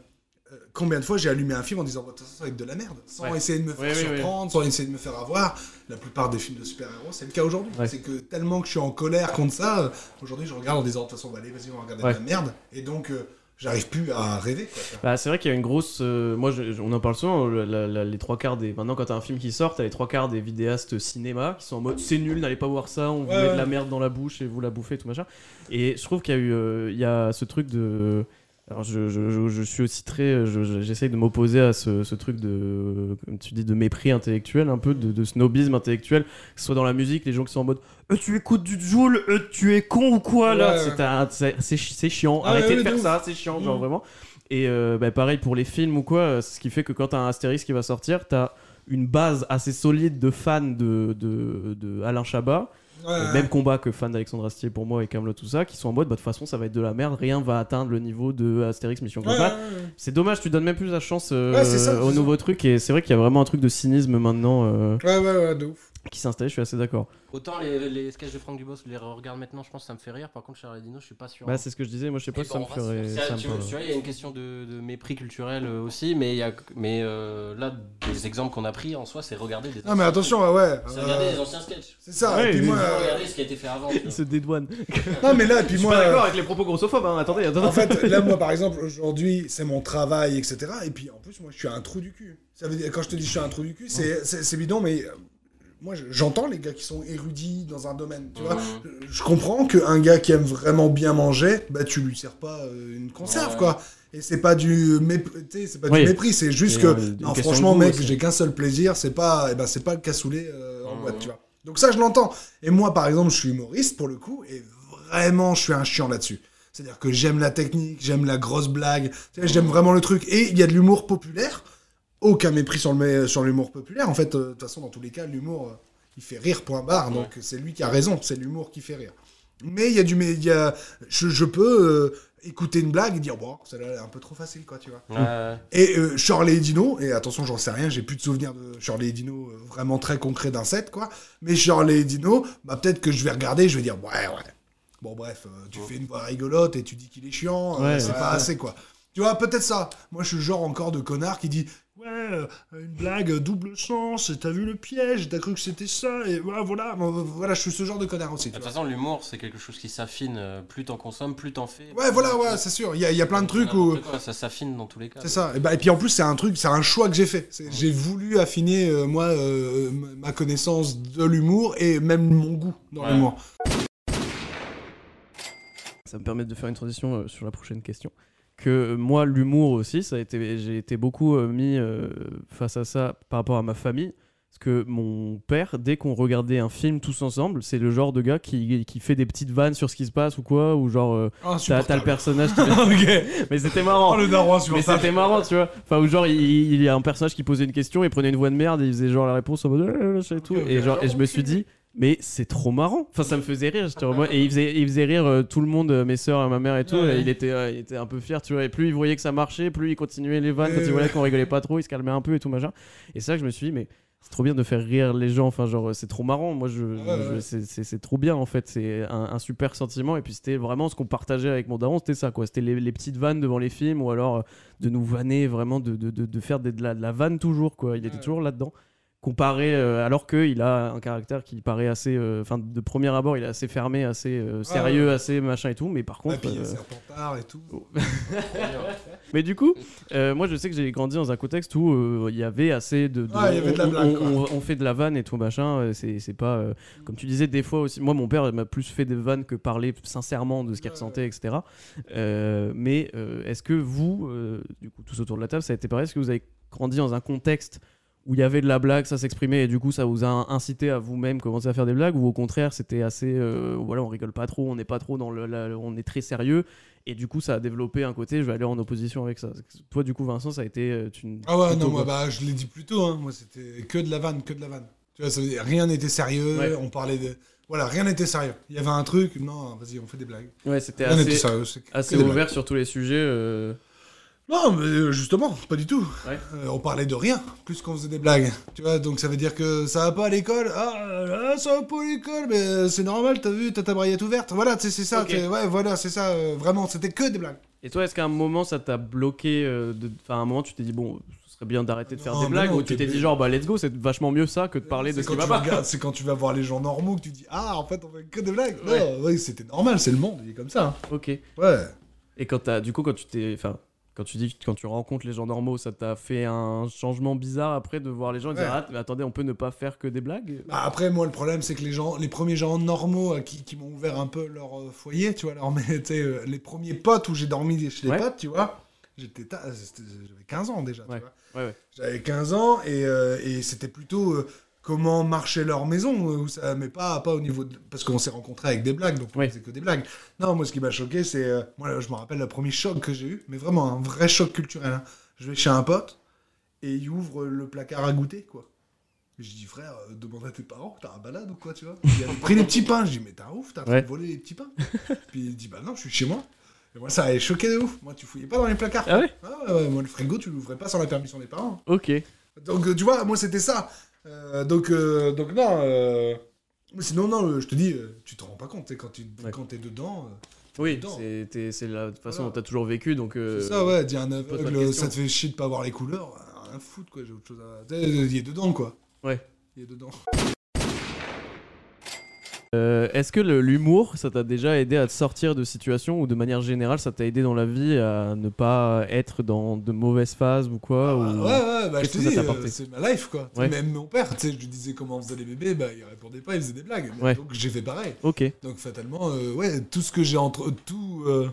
[SPEAKER 2] euh, Combien de fois j'ai allumé un film en disant Bah, de toute façon, ça va être de la merde, sans
[SPEAKER 6] Ouais.
[SPEAKER 2] essayer de me
[SPEAKER 6] Oui,
[SPEAKER 2] faire
[SPEAKER 6] oui, oui.
[SPEAKER 2] surprendre, sans essayer de me faire avoir. La plupart des films de super-héros, c'est le cas aujourd'hui.
[SPEAKER 1] Ouais.
[SPEAKER 2] C'est que tellement que je suis en colère contre ça, euh, aujourd'hui je regarde en disant de toute façon, bah, allez, vas-y, on va regarder
[SPEAKER 1] Ouais.
[SPEAKER 2] de la merde. Et donc, euh, j'arrive plus à rêver. Quoi.
[SPEAKER 1] Bah, c'est vrai qu'il y a une grosse. euh, moi, je- je- on en parle souvent. la- la- la- les trois quarts des. Maintenant, quand t'as un film qui sort, t'as les trois quarts des vidéastes cinéma qui sont en mode c'est nul, n'allez pas voir ça, on vous
[SPEAKER 2] Ouais,
[SPEAKER 1] met de
[SPEAKER 2] ouais.
[SPEAKER 1] la merde dans la bouche et vous la bouffez, tout machin. Et je trouve qu'il y a eu. euh, Il y a ce truc de. Alors, je, je- je- je suis aussi très. euh, je- je- J'essaye de m'opposer à ce, ce truc de. euh, Comme tu dis, de mépris intellectuel, un peu, de, de snobisme intellectuel, que ce soit dans la musique, les gens qui sont en mode Euh, tu écoutes du Joule, euh, tu es con ou quoi là
[SPEAKER 2] Ouais, ouais.
[SPEAKER 1] C'est un- C'est c'est chi- c'est chiant,
[SPEAKER 2] Ah,
[SPEAKER 1] arrêtez
[SPEAKER 2] ouais,
[SPEAKER 1] de
[SPEAKER 2] ouais,
[SPEAKER 1] faire
[SPEAKER 2] de ouf.
[SPEAKER 1] ça, c'est chiant, genre
[SPEAKER 2] Mm.
[SPEAKER 1] vraiment. Et euh, bah, pareil pour les films ou quoi, euh, ce qui fait que quand t'as un Astérix qui va sortir, t'as une base assez solide de fans de, de, de Alain Chabat,
[SPEAKER 2] Ouais,
[SPEAKER 1] le même combat que fans d'Alexandre Astier pour moi et Camelot tout ça, qui sont en mode bah, de toute façon ça va être de la merde, rien va atteindre le niveau de Astérix Mission
[SPEAKER 2] ouais, ouais,
[SPEAKER 1] Globale.
[SPEAKER 2] ouais.
[SPEAKER 1] C'est dommage, tu donnes même plus la chance euh,
[SPEAKER 2] Ouais, c'est ça, c'est
[SPEAKER 1] au
[SPEAKER 2] ça.
[SPEAKER 1] nouveau truc et c'est vrai qu'il y a vraiment un truc de cynisme maintenant euh,
[SPEAKER 2] Ouais, ouais, ouais, de ouf.
[SPEAKER 1] qui s'installe, je suis assez d'accord.
[SPEAKER 7] Autant les, les sketchs de Franck Dubos, je les regarde maintenant, je pense que ça me fait rire. Par contre, Charlie Dino, je suis pas sûr.
[SPEAKER 1] Bah, c'est ce que je disais, moi je sais pas
[SPEAKER 7] Eh
[SPEAKER 1] si
[SPEAKER 7] ben,
[SPEAKER 1] ça me
[SPEAKER 7] on va se
[SPEAKER 1] ferait.
[SPEAKER 7] faire-
[SPEAKER 1] ça me
[SPEAKER 7] tu vois,
[SPEAKER 1] ferait-
[SPEAKER 7] tu vois, il y a une question de, de mépris culturel euh, aussi, mais, il y a, mais euh, là, des exemples qu'on a pris en soi, c'est regarder des.
[SPEAKER 2] Non, mais
[SPEAKER 7] anciens
[SPEAKER 2] attention,
[SPEAKER 7] trucs.
[SPEAKER 2] ouais, ouais.
[SPEAKER 7] C'est
[SPEAKER 2] euh,
[SPEAKER 7] regarder des anciens sketchs.
[SPEAKER 2] c'est ça.
[SPEAKER 1] Ouais,
[SPEAKER 2] et puis
[SPEAKER 1] mais-
[SPEAKER 2] moi,
[SPEAKER 7] C'est
[SPEAKER 2] euh,
[SPEAKER 7] regarder ce qui a été fait avant. tu
[SPEAKER 1] Il
[SPEAKER 7] vois.
[SPEAKER 1] se dédouane.
[SPEAKER 2] non, mais là, et puis
[SPEAKER 1] Je suis
[SPEAKER 2] moi.
[SPEAKER 1] pas d'accord
[SPEAKER 2] euh,
[SPEAKER 1] avec les propos grossophobes, hein. attendez, attendez.
[SPEAKER 2] En fait, là, moi, par exemple, aujourd'hui, c'est mon travail, etc. Et puis, en plus, moi, je suis un trou du cul. Ça veut dire, quand je te dis je suis un trou du cul, c'est- c'est c'est bidon, mais euh, moi, je- j'entends les gars qui sont érudits dans un domaine, tu vois. Je- Je comprends qu'un gars qui aime vraiment bien manger, bah, tu lui sers pas euh, une conserve,
[SPEAKER 7] Ouais.
[SPEAKER 2] quoi. Et c'est pas du mépris, c'est pas
[SPEAKER 1] Oui.
[SPEAKER 2] du mépris, c'est juste
[SPEAKER 1] Et,
[SPEAKER 2] que,
[SPEAKER 1] euh, une
[SPEAKER 2] non,
[SPEAKER 1] question de
[SPEAKER 2] franchement,
[SPEAKER 1] goût
[SPEAKER 2] mec,
[SPEAKER 1] aussi.
[SPEAKER 2] j'ai qu'un seul plaisir, c'est pas, eh ben, c'est pas le cassoulet euh, en
[SPEAKER 7] Ouais,
[SPEAKER 2] boîte,
[SPEAKER 7] ouais.
[SPEAKER 2] tu vois. Donc ça, je l'entends. Et moi, par exemple, je suis humoriste, pour le coup, et vraiment, je suis un chiant là-dessus. C'est-à-dire que j'aime la technique, j'aime la grosse blague, tu sais, j'aime vraiment le truc. Et il y a de l'humour populaire. Aucun mépris sur le mé- sur l'humour populaire. En fait, euh, de toute façon, dans tous les cas, l'humour, euh, il fait rire, point barre. Donc c'est lui qui a raison, c'est l'humour qui fait rire. Mais il y a du... mais il y a- je, je peux euh, écouter une blague et dire, bon, celle-là, elle est un peu trop facile, quoi, tu vois.
[SPEAKER 7] Ouais.
[SPEAKER 2] Et euh, Shirley et Dino, et attention, j'en sais rien, j'ai plus de souvenirs de Shirley et Dino euh, vraiment très concret d'un set, quoi. Mais Shirley et Dino, bah, peut-être que je vais regarder, je vais dire, ouais, ouais. Bon, bref, euh, tu fais une voix rigolote et tu dis qu'il est chiant, euh,
[SPEAKER 1] Ouais,
[SPEAKER 2] c'est
[SPEAKER 1] ouais,
[SPEAKER 2] pas
[SPEAKER 1] ouais.
[SPEAKER 2] assez, quoi. Tu vois, peut-être ça. Moi, je suis le genre encore de connard qui dit, ouais, euh, une blague euh, double sens, et t'as vu le piège, t'as cru que c'était ça, et voilà, voilà, euh, voilà, je suis ce genre de connard aussi,
[SPEAKER 7] De
[SPEAKER 2] tu
[SPEAKER 7] toute
[SPEAKER 2] vois.
[SPEAKER 7] façon, l'humour, c'est quelque chose qui s'affine. euh, Plus t'en consommes, plus t'en fais.
[SPEAKER 2] Ouais, voilà, ouais, c'est sûr. Il y, a- il y a plein de trucs où.
[SPEAKER 7] N'importe quoi, Ça s'affine dans tous les cas.
[SPEAKER 2] C'est ça. Et, bah, et puis en plus, c'est un truc, c'est un choix que j'ai fait. C'est- J'ai voulu affiner, euh, moi, euh, m- ma connaissance de l'humour et même mon goût dans
[SPEAKER 7] Ouais.
[SPEAKER 2] l'humour.
[SPEAKER 1] Ça me permet de faire une transition euh, sur la prochaine question. Que euh, moi, l'humour aussi, ça a été, j'ai été beaucoup euh, mis euh, face à ça par rapport à ma famille. Parce que mon père, dès qu'on regardait un film tous ensemble, c'est le genre de gars qui, qui fait des petites vannes sur ce qui se passe ou quoi, ou genre,
[SPEAKER 2] Ah,
[SPEAKER 1] euh, t'as, t'as le personnage qui... Mais c'était marrant.
[SPEAKER 2] Oh, le daron
[SPEAKER 1] Mais c'était marrant, tu vois. Enfin, ou genre, il, il y a un personnage qui posait une question, il prenait une voix de merde, et il faisait genre la réponse en mode euh, ça et tout. Et, genre, et je me suis dit, mais c'est trop marrant. Enfin, ça me faisait rire. j'étais en mode- et il faisait, il faisait rire euh, tout le monde, euh, mes soeurs, ma mère et tout.
[SPEAKER 2] Ouais.
[SPEAKER 1] Et il, était, euh, il était un peu fier, tu vois. Et plus il voyait que ça marchait, plus il continuait les vannes. Quand
[SPEAKER 2] Ouais,
[SPEAKER 1] il voyait
[SPEAKER 2] ouais.
[SPEAKER 1] qu'on rigolait pas trop, il se calmait un peu et tout, machin. Et c'est ça que je me suis dit, mais C'est trop bien de faire rire les gens. Enfin, genre, c'est trop marrant. Moi, je,
[SPEAKER 2] Ah ouais,
[SPEAKER 1] je-
[SPEAKER 2] ouais.
[SPEAKER 1] c'est- c'est c'est trop bien en fait. C'est un, un super sentiment. Et puis, c'était vraiment ce qu'on partageait avec mon daron. C'était ça, quoi. C'était les, les petites vannes devant les films ou alors euh, de nous vanner vraiment, de, de, de, de faire des- de, la, de la vanne toujours, quoi. Il était
[SPEAKER 2] Ouais.
[SPEAKER 1] toujours là-dedans. Comparé, euh, alors qu'il a un caractère qui paraît assez. euh, Enfin, de premier abord, il est assez fermé, assez euh, sérieux, assez machin et tout. Mais par contre.
[SPEAKER 2] Papy,
[SPEAKER 1] euh,
[SPEAKER 2] Serpentard et tout.
[SPEAKER 1] mais du coup, euh, moi je sais que j'ai grandi dans un contexte où euh, il y avait assez de.
[SPEAKER 2] Ouais, il y avait de la
[SPEAKER 1] on-
[SPEAKER 2] blague,
[SPEAKER 1] on,
[SPEAKER 2] quoi.
[SPEAKER 1] on- on fait de la vanne et tout machin. euh, C'est c'est pas. euh, comme tu disais, des fois aussi. Moi, mon père il m'a plus fait des vannes que parler sincèrement de ce qu'il
[SPEAKER 2] Ouais,
[SPEAKER 1] ressentait, etc. Euh, mais euh, est-ce que vous, euh, du coup, tous autour de la table, ça a été pareil Est-ce que vous avez grandi dans un contexte où il y avait de la blague, ça s'exprimait et du coup ça vous a incité à vous-même commencer à faire des blagues ou au contraire c'était assez euh, voilà on rigole pas trop, on n'est pas trop dans le, la- le- on est très sérieux et du coup ça a développé un côté je vais aller en opposition avec ça. Toi du coup Vincent ça a été euh, tu n-
[SPEAKER 2] Ah ouais,
[SPEAKER 1] plutôt
[SPEAKER 2] non, moi,
[SPEAKER 1] quoi.
[SPEAKER 2] bah, je l'ai dit plus tôt, hein. moi, c'était que de la vanne, que de la vanne. Tu vois, ça veut dire, rien n'était sérieux,
[SPEAKER 1] Ouais.
[SPEAKER 2] on parlait de... Voilà, rien n'était sérieux. Il y avait un truc, non, vas-y, on fait des blagues.
[SPEAKER 1] ouais c'était
[SPEAKER 2] Rien n'était
[SPEAKER 1] assez,
[SPEAKER 2] sérieux, c'est que
[SPEAKER 1] assez
[SPEAKER 2] des blagues.
[SPEAKER 1] ouvert sur tous les sujets euh,
[SPEAKER 2] Non, mais euh, justement, pas du tout.
[SPEAKER 1] Ouais.
[SPEAKER 2] Euh, on parlait de rien, plus qu'on faisait des blagues. Tu vois, donc ça veut dire que ça va pas à l'école. Ah, ah, ça va pas à l'école, mais euh, c'est normal, t'as vu, t'as ta braillette ouverte. Voilà, tu sais, c'est ça.
[SPEAKER 1] Ok.
[SPEAKER 2] t'es- Ouais, voilà, c'est ça. euh, vraiment, c'était que des blagues.
[SPEAKER 1] Et toi est-ce qu'à un moment ça t'a bloqué euh, de enfin à un moment tu t'es dit bon ce serait bien d'arrêter de faire
[SPEAKER 2] Non,
[SPEAKER 1] des
[SPEAKER 2] mais
[SPEAKER 1] blagues
[SPEAKER 2] non,
[SPEAKER 1] ou tu
[SPEAKER 2] t'es
[SPEAKER 1] t'es dit
[SPEAKER 2] bien.
[SPEAKER 1] genre bah let's go c'est vachement mieux ça que de parler de
[SPEAKER 2] C'est
[SPEAKER 1] ce qui
[SPEAKER 2] quand
[SPEAKER 1] va pas
[SPEAKER 2] tu regardes- C'est quand tu vas voir les gens normaux que tu dis Ah, en fait, on fait que des blagues.
[SPEAKER 1] Ouais.
[SPEAKER 2] Non, oui, c'était normal, c'est le monde, il est comme ça. hein.
[SPEAKER 1] OK.
[SPEAKER 2] Ouais.
[SPEAKER 1] Et quand t'as, du coup, quand tu t'es, enfin, quand tu dis, quand tu rencontres les gens normaux, ça t'a fait un changement bizarre après de voir les gens et de dire,
[SPEAKER 2] Ouais.
[SPEAKER 1] ah, mais attendez, on peut ne pas faire que des blagues.
[SPEAKER 2] Bah, après, moi, le problème, c'est que les gens, les premiers gens normaux euh, qui, qui m'ont ouvert un peu leur euh, foyer, tu vois, leur, mais, tu sais, euh, les premiers potes où j'ai dormi chez les
[SPEAKER 1] Ouais.
[SPEAKER 2] potes, tu vois, j'étais, ta- euh, c'était- j'avais 15 ans déjà,
[SPEAKER 1] Ouais.
[SPEAKER 2] tu vois.
[SPEAKER 1] Ouais, ouais.
[SPEAKER 2] J'avais 15 ans et, euh, et c'était plutôt euh, comment marchait leur maison, euh, où ça, mais pas, pas au niveau de- parce qu'on s'est rencontrés avec des blagues, donc
[SPEAKER 1] Ouais.
[SPEAKER 2] on faisait que des blagues. Non, moi, ce qui m'a choqué, c'est, euh, moi, je me rappelle le premier choc que j'ai eu, mais vraiment un vrai choc culturel. hein. Je vais chez un pote et il ouvre le placard à goûter, quoi. Je dis, frère, euh, demande à tes parents, t'as un balade ou quoi, tu vois Il avait pris les petits pains. Je dis, mais t'es un ouf, t'as
[SPEAKER 1] Ouais.
[SPEAKER 2] volé voler les petits pains. Puis il dit, bah non, je suis chez moi. Et moi, ça avait choqué de ouf. Moi, tu fouillais pas dans les placards.
[SPEAKER 1] Ah ouais
[SPEAKER 2] Ah ouais, ouais, moi, le frigo, tu l'ouvrais pas sans la permission des parents.
[SPEAKER 1] Ok.
[SPEAKER 2] Donc, euh, tu vois, moi, c'était ça. Euh, donc, euh, donc, non. euh, mais Sinon, non, euh, je te dis, euh, tu te rends pas compte. t'sais, Quand tu
[SPEAKER 1] Ouais.
[SPEAKER 2] quand t'es dedans, euh,
[SPEAKER 1] Oui,
[SPEAKER 2] Dedans.
[SPEAKER 1] c'est t'es- c'est la façon
[SPEAKER 2] Voilà.
[SPEAKER 1] dont t'as toujours vécu, donc. euh,
[SPEAKER 2] c'est ça, ouais. Dis un
[SPEAKER 1] pose pas de
[SPEAKER 2] aveugle, euh,
[SPEAKER 1] questions.
[SPEAKER 2] ça te fait chier de pas voir les couleurs. euh, Rien à foutre, quoi. J'ai autre chose à. t'sais, Il est dedans, quoi.
[SPEAKER 1] Ouais.
[SPEAKER 2] Il est dedans.
[SPEAKER 1] euh, Est-ce que le- l'humour, ça t'a déjà aidé à te sortir de situations ou de manière générale, ça t'a aidé dans la vie à ne pas être dans de mauvaises phases ou quoi
[SPEAKER 2] Ah,
[SPEAKER 1] ou-
[SPEAKER 2] ouais, ouais, bah, je
[SPEAKER 1] Qu'est-ce
[SPEAKER 2] te
[SPEAKER 1] que ça
[SPEAKER 2] dis,
[SPEAKER 1] t'a
[SPEAKER 2] euh,
[SPEAKER 1] apporté
[SPEAKER 2] c'est ma life, quoi.
[SPEAKER 1] Ouais.
[SPEAKER 2] Même mon père, tu sais, je lui disais comment on faisait les bébés, bah, il répondait pas, il faisait des blagues. Bah,
[SPEAKER 1] Ouais.
[SPEAKER 2] Donc j'ai fait pareil.
[SPEAKER 1] Ok.
[SPEAKER 2] Donc fatalement, euh, ouais, tout ce que j'ai entre. Tout, euh,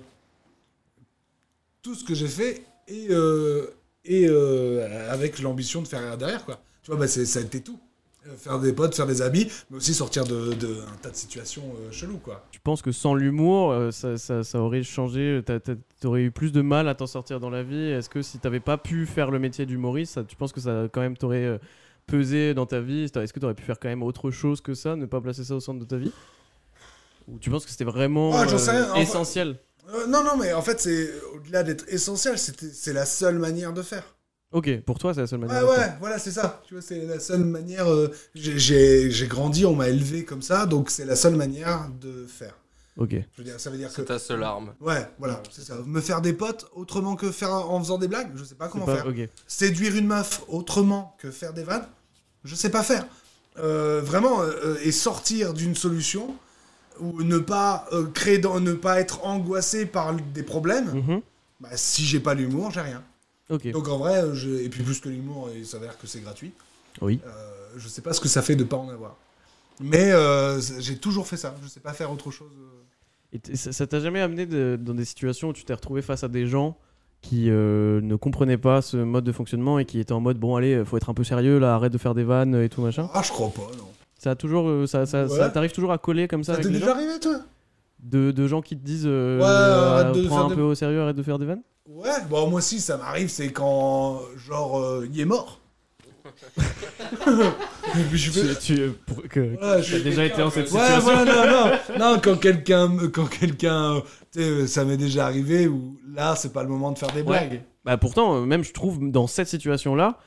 [SPEAKER 2] tout ce que j'ai fait et, euh, et euh, avec l'ambition de faire rire derrière, quoi. Tu vois, bah, c'est- ça a été tout. Euh, Faire des potes, faire des amis, mais aussi sortir d'un de, un tas de situations euh, cheloues, quoi.
[SPEAKER 1] Tu penses que sans l'humour, euh, ça, ça- ça aurait changé t'as- t'as- T'aurais eu plus de mal à t'en sortir dans la vie Est-ce que si t'avais pas pu faire le métier d'humoriste, ça- tu penses que ça quand même t'aurait euh, pesé dans ta vie Est-ce que t'aurais pu faire quand même autre chose que ça, ne pas placer ça au centre de ta vie Ou tu penses que c'était vraiment
[SPEAKER 2] Ah, j'en sais rien, en fait-
[SPEAKER 1] essentiel
[SPEAKER 2] Euh, non, non, mais en fait, c'est au-delà d'être essentiel, c'était- c'est la seule manière de faire.
[SPEAKER 1] Ok, pour toi c'est la seule
[SPEAKER 2] Ouais,
[SPEAKER 1] manière. de faire.
[SPEAKER 2] ouais, voilà, c'est ça. Tu vois, c'est la seule manière. euh, j'ai- J'ai j'ai grandi, on m'a élevé comme ça, donc c'est la seule manière de faire.
[SPEAKER 1] Ok.
[SPEAKER 2] Je veux dire, ça veut dire que.
[SPEAKER 3] C'est ta seule arme.
[SPEAKER 2] Ouais, voilà, c'est ça. Me faire des potes autrement que faire en faisant des blagues, je sais pas comment
[SPEAKER 1] C'est pas-
[SPEAKER 2] faire.
[SPEAKER 1] ok.
[SPEAKER 2] Séduire une meuf autrement que faire des vannes, je sais pas faire. Euh, vraiment, euh, euh, et sortir d'une solution ou ne pas euh, créer, dans- ne pas être angoissé par des problèmes.
[SPEAKER 1] Mhm.
[SPEAKER 2] Bah, si j'ai pas l'humour, j'ai rien.
[SPEAKER 1] Ok.
[SPEAKER 2] Donc en vrai, euh, je- et puis plus que l'humour, il s'avère que c'est gratuit.
[SPEAKER 1] Oui.
[SPEAKER 2] Euh, je sais pas ce que ça fait de pas en avoir. Mais euh, c'est- j'ai toujours fait ça. Je sais pas faire autre chose. euh.
[SPEAKER 1] Et t- ça ça t'a jamais amené de- dans des situations où tu t'es retrouvé face à des gens qui euh, ne comprenaient pas ce mode de fonctionnement et qui étaient en mode bon allez faut être un peu sérieux là arrête de faire des vannes et tout machin
[SPEAKER 2] Ah, je crois pas, non.
[SPEAKER 1] ça a toujours euh, ça, ça,
[SPEAKER 2] Ouais.
[SPEAKER 1] ça t'arrive toujours à coller comme ça,
[SPEAKER 2] Ça
[SPEAKER 1] avec
[SPEAKER 2] t'est
[SPEAKER 1] les
[SPEAKER 2] déjà
[SPEAKER 1] gens
[SPEAKER 2] arrivé, toi
[SPEAKER 1] de, de gens qui te disent euh,
[SPEAKER 2] Ouais,
[SPEAKER 1] euh,
[SPEAKER 2] arrête de
[SPEAKER 1] prends
[SPEAKER 2] faire
[SPEAKER 1] un
[SPEAKER 2] des-
[SPEAKER 1] peu au sérieux arrête de faire des vannes
[SPEAKER 2] Ouais, bon, moi aussi, ça m'arrive, c'est quand, genre, euh, il est mort. je fais-
[SPEAKER 1] tu, euh, pour- que-
[SPEAKER 2] Voilà, je
[SPEAKER 1] t'as
[SPEAKER 2] fais-
[SPEAKER 1] déjà été en cette
[SPEAKER 2] Ouais,
[SPEAKER 1] situation
[SPEAKER 2] voilà, non, non, non, quand quelqu'un, me- quand quelqu'un, euh, tu sais, euh, ça m'est déjà arrivé où là, c'est pas le moment de faire des blagues.
[SPEAKER 1] Bah pourtant, euh, même je trouve dans cette situation-là,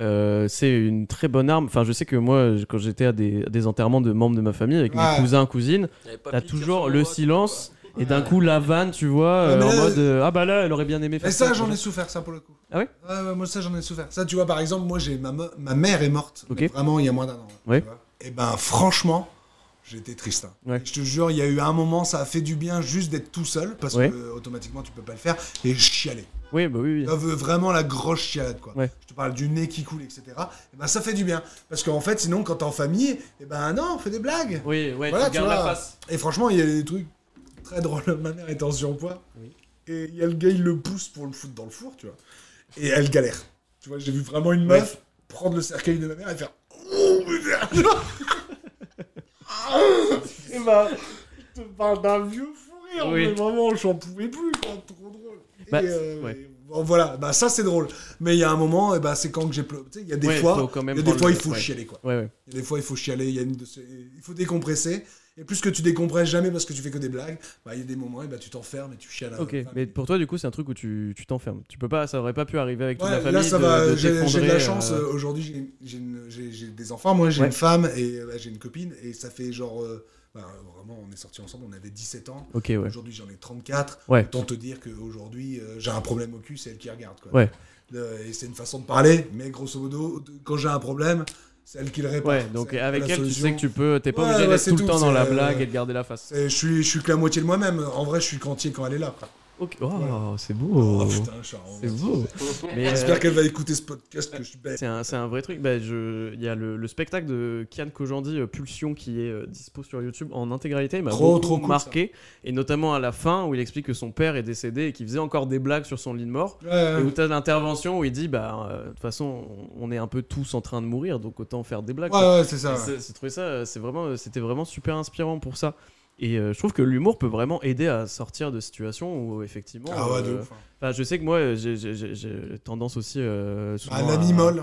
[SPEAKER 1] euh, c'est une très bonne arme. Enfin, je sais que moi, je- quand j'étais à des, à des enterrements de membres de ma famille avec
[SPEAKER 2] Ouais.
[SPEAKER 1] mes cousins, cousines, t'as toujours le silence et d'un coup la vanne, tu vois, euh,
[SPEAKER 2] mais
[SPEAKER 1] en
[SPEAKER 2] là-
[SPEAKER 1] mode euh, ah bah là, elle aurait bien aimé faire
[SPEAKER 2] Et ça,
[SPEAKER 1] ça
[SPEAKER 2] j'en ai souffert, ça, pour le coup.
[SPEAKER 1] Ah ouais
[SPEAKER 2] ouais, Moi, ça, j'en ai souffert. Ça, tu vois, par exemple, moi, j'ai ma, me- ma mère est morte.
[SPEAKER 1] Ok.
[SPEAKER 2] mais Vraiment, il y a moins d'un an. hein,
[SPEAKER 1] Ouais.
[SPEAKER 2] Et ben, franchement, j'étais triste. hein.
[SPEAKER 1] Ouais.
[SPEAKER 2] Je te jure, il y a eu un moment, ça a fait du bien juste d'être tout seul, parce
[SPEAKER 1] Ouais.
[SPEAKER 2] que euh, automatiquement, tu peux pas le faire. Et je chialais.
[SPEAKER 1] Oui, bah oui, oui.
[SPEAKER 2] Là, v- vraiment la grosse chialade, quoi.
[SPEAKER 1] Ouais.
[SPEAKER 2] Je te parle du nez qui coule, etc. Et ben, ça fait du bien. Parce qu'en fait, sinon, quand t'es en famille, et ben non, on fait des blagues.
[SPEAKER 1] Oui, ouais,
[SPEAKER 2] Voilà,
[SPEAKER 1] tu gardes
[SPEAKER 2] tu
[SPEAKER 1] la
[SPEAKER 2] vois.
[SPEAKER 1] face.
[SPEAKER 2] Et franchement, il y a des trucs très drôles. Ma mère est en surpoids.
[SPEAKER 1] Oui.
[SPEAKER 2] Et il y a le gars, il le pousse pour le foutre dans le four, tu vois. Et elle galère. Tu vois, j'ai vu vraiment une meuf prendre le cercueil de ma mère et faire Oh putain Et bah, Ah, je te parle d'un vieux fou rire.
[SPEAKER 1] Eh ben, Oui.
[SPEAKER 2] Mais vraiment, j'en pouvais plus, quoi. Trop drôle. Et,
[SPEAKER 1] Bah,
[SPEAKER 2] euh,
[SPEAKER 1] ouais.
[SPEAKER 2] et bon, voilà, bah ça c'est drôle. Mais il y a un moment, et bah, c'est quand que j'ai pleuré. Tu sais, il y a des
[SPEAKER 1] Ouais, faut
[SPEAKER 2] fois,
[SPEAKER 1] quand
[SPEAKER 2] il
[SPEAKER 1] même
[SPEAKER 2] y a des
[SPEAKER 1] prendre
[SPEAKER 2] fois,
[SPEAKER 1] le-
[SPEAKER 2] il faut
[SPEAKER 1] ouais.
[SPEAKER 2] chialer, quoi.
[SPEAKER 1] Ouais, ouais.
[SPEAKER 2] Il y a des fois, il faut chialer, il, y a une de ces- il faut décompresser. Et plus que tu décompresses jamais parce que tu fais que des blagues, bah, il y a des moments, et bah, tu t'enfermes et tu chiales. à-
[SPEAKER 1] Ok,
[SPEAKER 2] enfin,
[SPEAKER 1] mais pour toi, du coup, c'est un truc où tu tu t'enfermes. Tu peux pas, ça aurait pas pu arriver avec toute
[SPEAKER 2] Ouais,
[SPEAKER 1] la famille.
[SPEAKER 2] là, ça
[SPEAKER 1] de-
[SPEAKER 2] va.
[SPEAKER 1] de
[SPEAKER 2] J'ai j'ai de la
[SPEAKER 1] t'effondrer,
[SPEAKER 2] chance.
[SPEAKER 1] euh,
[SPEAKER 2] euh, Aujourd'hui, j'ai- j'ai une- j'ai j'ai des enfants. Moi, j'ai
[SPEAKER 1] Ouais.
[SPEAKER 2] une femme et euh, bah, j'ai une copine. Et ça fait genre. euh, bah, vraiment, on est sortis ensemble. On avait 17 ans.
[SPEAKER 1] Ok, ouais.
[SPEAKER 2] Aujourd'hui, j'en ai 34.
[SPEAKER 1] Ouais.
[SPEAKER 2] Autant te dire qu'aujourd'hui, euh, j'ai un problème au cul, c'est elle qui regarde. Quoi.
[SPEAKER 1] Ouais.
[SPEAKER 2] Euh, et c'est une façon de parler, mais grosso modo, de- quand j'ai un problème, c'est elle qui le répare.
[SPEAKER 1] Ouais, donc
[SPEAKER 2] C'est
[SPEAKER 1] avec
[SPEAKER 2] la
[SPEAKER 1] elle, tu
[SPEAKER 2] solution.
[SPEAKER 1] sais que tu peux, t'es pas
[SPEAKER 2] Ouais,
[SPEAKER 1] obligé
[SPEAKER 2] ouais,
[SPEAKER 1] d'être
[SPEAKER 2] c'est
[SPEAKER 1] tout le
[SPEAKER 2] tout,
[SPEAKER 1] temps dans
[SPEAKER 2] c'est,
[SPEAKER 1] la
[SPEAKER 2] euh,
[SPEAKER 1] blague et de garder la face.
[SPEAKER 2] C'est- Je suis, je suis que la moitié de moi-même. En vrai, je suis qu'entier quand elle est là. quoi.
[SPEAKER 1] Ok, oh, c'est beau.
[SPEAKER 2] Oh, putain, je suis un
[SPEAKER 1] C'est
[SPEAKER 2] romantique.
[SPEAKER 1] beau. Mais, euh,
[SPEAKER 2] J'espère qu'elle va écouter ce podcast que je suis bête.
[SPEAKER 1] C'est un, c'est un vrai truc. Bah, je- Il y a le, le spectacle de Kian Kojandi, euh, Pulsion, qui est euh, dispo sur YouTube en intégralité. Il m'a
[SPEAKER 2] Trop,
[SPEAKER 1] beaucoup
[SPEAKER 2] trop cool,
[SPEAKER 1] marqué. Et notamment à la fin, où il explique que son père est décédé et qu'il faisait encore des blagues sur son lit de mort.
[SPEAKER 2] Ouais.
[SPEAKER 1] Et où t'as l'intervention où il dit Bah, euh, de toute façon, on on est un peu tous en train de mourir, donc autant faire des blagues. quoi.
[SPEAKER 2] Ouais, ouais, c'est ça.
[SPEAKER 1] Et
[SPEAKER 2] ouais.
[SPEAKER 1] c'est- J'ai trouvé ça, euh, c'est vraiment, euh, c'était vraiment super inspirant pour ça. Et euh, je trouve que l'humour peut vraiment aider à sortir de situations où effectivement.
[SPEAKER 2] Ah ouais, de
[SPEAKER 1] euh,
[SPEAKER 2] ouf. hein.
[SPEAKER 1] enfin, je sais que moi, euh, j'ai- j'ai j'ai- j'ai tendance aussi. euh, souvent
[SPEAKER 2] Un ami molle,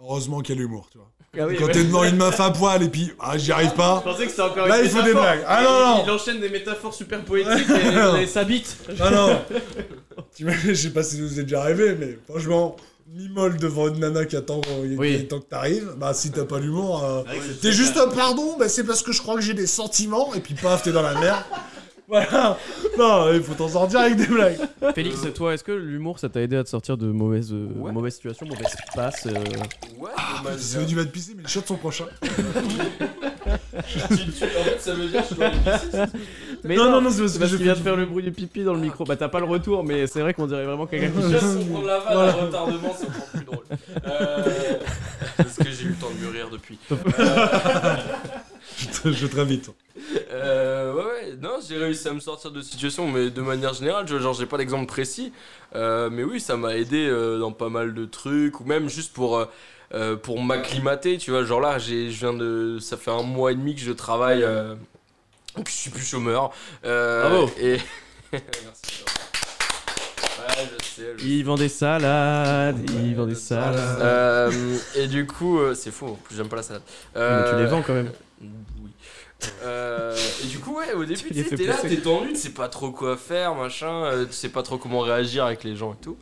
[SPEAKER 2] heureusement qu'il y a l'humour, tu vois.
[SPEAKER 1] Ah oui,
[SPEAKER 2] quand
[SPEAKER 1] ouais.
[SPEAKER 2] t'es devant une meuf à poil et puis, ah, j'y arrive pas.
[SPEAKER 1] Je pensais que c'était encore
[SPEAKER 2] Là,
[SPEAKER 1] une
[SPEAKER 2] il faut des
[SPEAKER 1] métaphore.
[SPEAKER 2] blagues. Ah non,
[SPEAKER 1] Il
[SPEAKER 2] non.
[SPEAKER 1] enchaîne des métaphores super poétiques et, et ça bite.
[SPEAKER 2] Ah non. Tu vois, je sais pas si ça vous êtes déjà arrivé, mais franchement, mi-molle devant une nana qui attend, euh,
[SPEAKER 1] Oui.
[SPEAKER 2] qui attend que t'arrives, bah si t'as pas l'humour, euh,
[SPEAKER 1] vrai que Ah c'est
[SPEAKER 2] t'es juste un pardon, bah c'est parce que je crois que j'ai des sentiments, et puis paf, t'es dans la merde. Voilà. Non, il faut t'en sortir avec des blagues.
[SPEAKER 1] Félix, toi, est-ce que l'humour ça t'a aidé à te sortir de mauvaises, euh,
[SPEAKER 3] Ouais.
[SPEAKER 1] mauvaises situations, mauvaises passes euh,
[SPEAKER 3] Ouais,
[SPEAKER 2] Ah, C'est du va te pisser, mais les shots sont prochains.
[SPEAKER 3] en fait, ça veut dire que je dois aller pisser, c'est-
[SPEAKER 1] Mais
[SPEAKER 2] Non, non, non, c'est parce
[SPEAKER 1] c'est
[SPEAKER 2] que
[SPEAKER 1] parce
[SPEAKER 2] j'ai
[SPEAKER 1] qu'il vient
[SPEAKER 2] fait
[SPEAKER 1] de faire le bruit du pipi dans le micro. Bah, t'as pas le retour, mais c'est vrai qu'on dirait vraiment quelqu'un qui.
[SPEAKER 3] Déjà, si on prend la vanne à retardement, c'est encore plus drôle. Euh, parce que j'ai eu le temps de mûrir depuis.
[SPEAKER 2] Je vais très vite.
[SPEAKER 3] Euh, ouais, ouais, non, j'ai réussi à me sortir de situation, mais de manière générale, tu vois, genre, j'ai pas d'exemple précis. Euh, mais oui, ça m'a aidé euh, dans pas mal de trucs, ou même juste pour. euh, euh, pour m'acclimater, tu vois, genre là, j'ai, je viens de, ça fait un mois et demi que je travaille, euh, que je suis plus chômeur. Euh,
[SPEAKER 1] Bravo.
[SPEAKER 3] Et merci. Ouais, je sais. je
[SPEAKER 1] Il vend des salades, il vend des salades.
[SPEAKER 3] Euh, et du coup, euh, c'est faux, en plus j'aime pas la salade.
[SPEAKER 1] Mais tu les
[SPEAKER 3] Euh,
[SPEAKER 1] vends quand même.
[SPEAKER 3] Oui. Euh, et du coup, ouais, au début,
[SPEAKER 1] Tu
[SPEAKER 3] tu
[SPEAKER 1] les
[SPEAKER 3] sais,
[SPEAKER 1] fais
[SPEAKER 3] t'es là,
[SPEAKER 1] placer.
[SPEAKER 3] t'es tendu, tu sais pas trop quoi faire, machin, euh, tu sais pas trop comment réagir avec les gens et tout.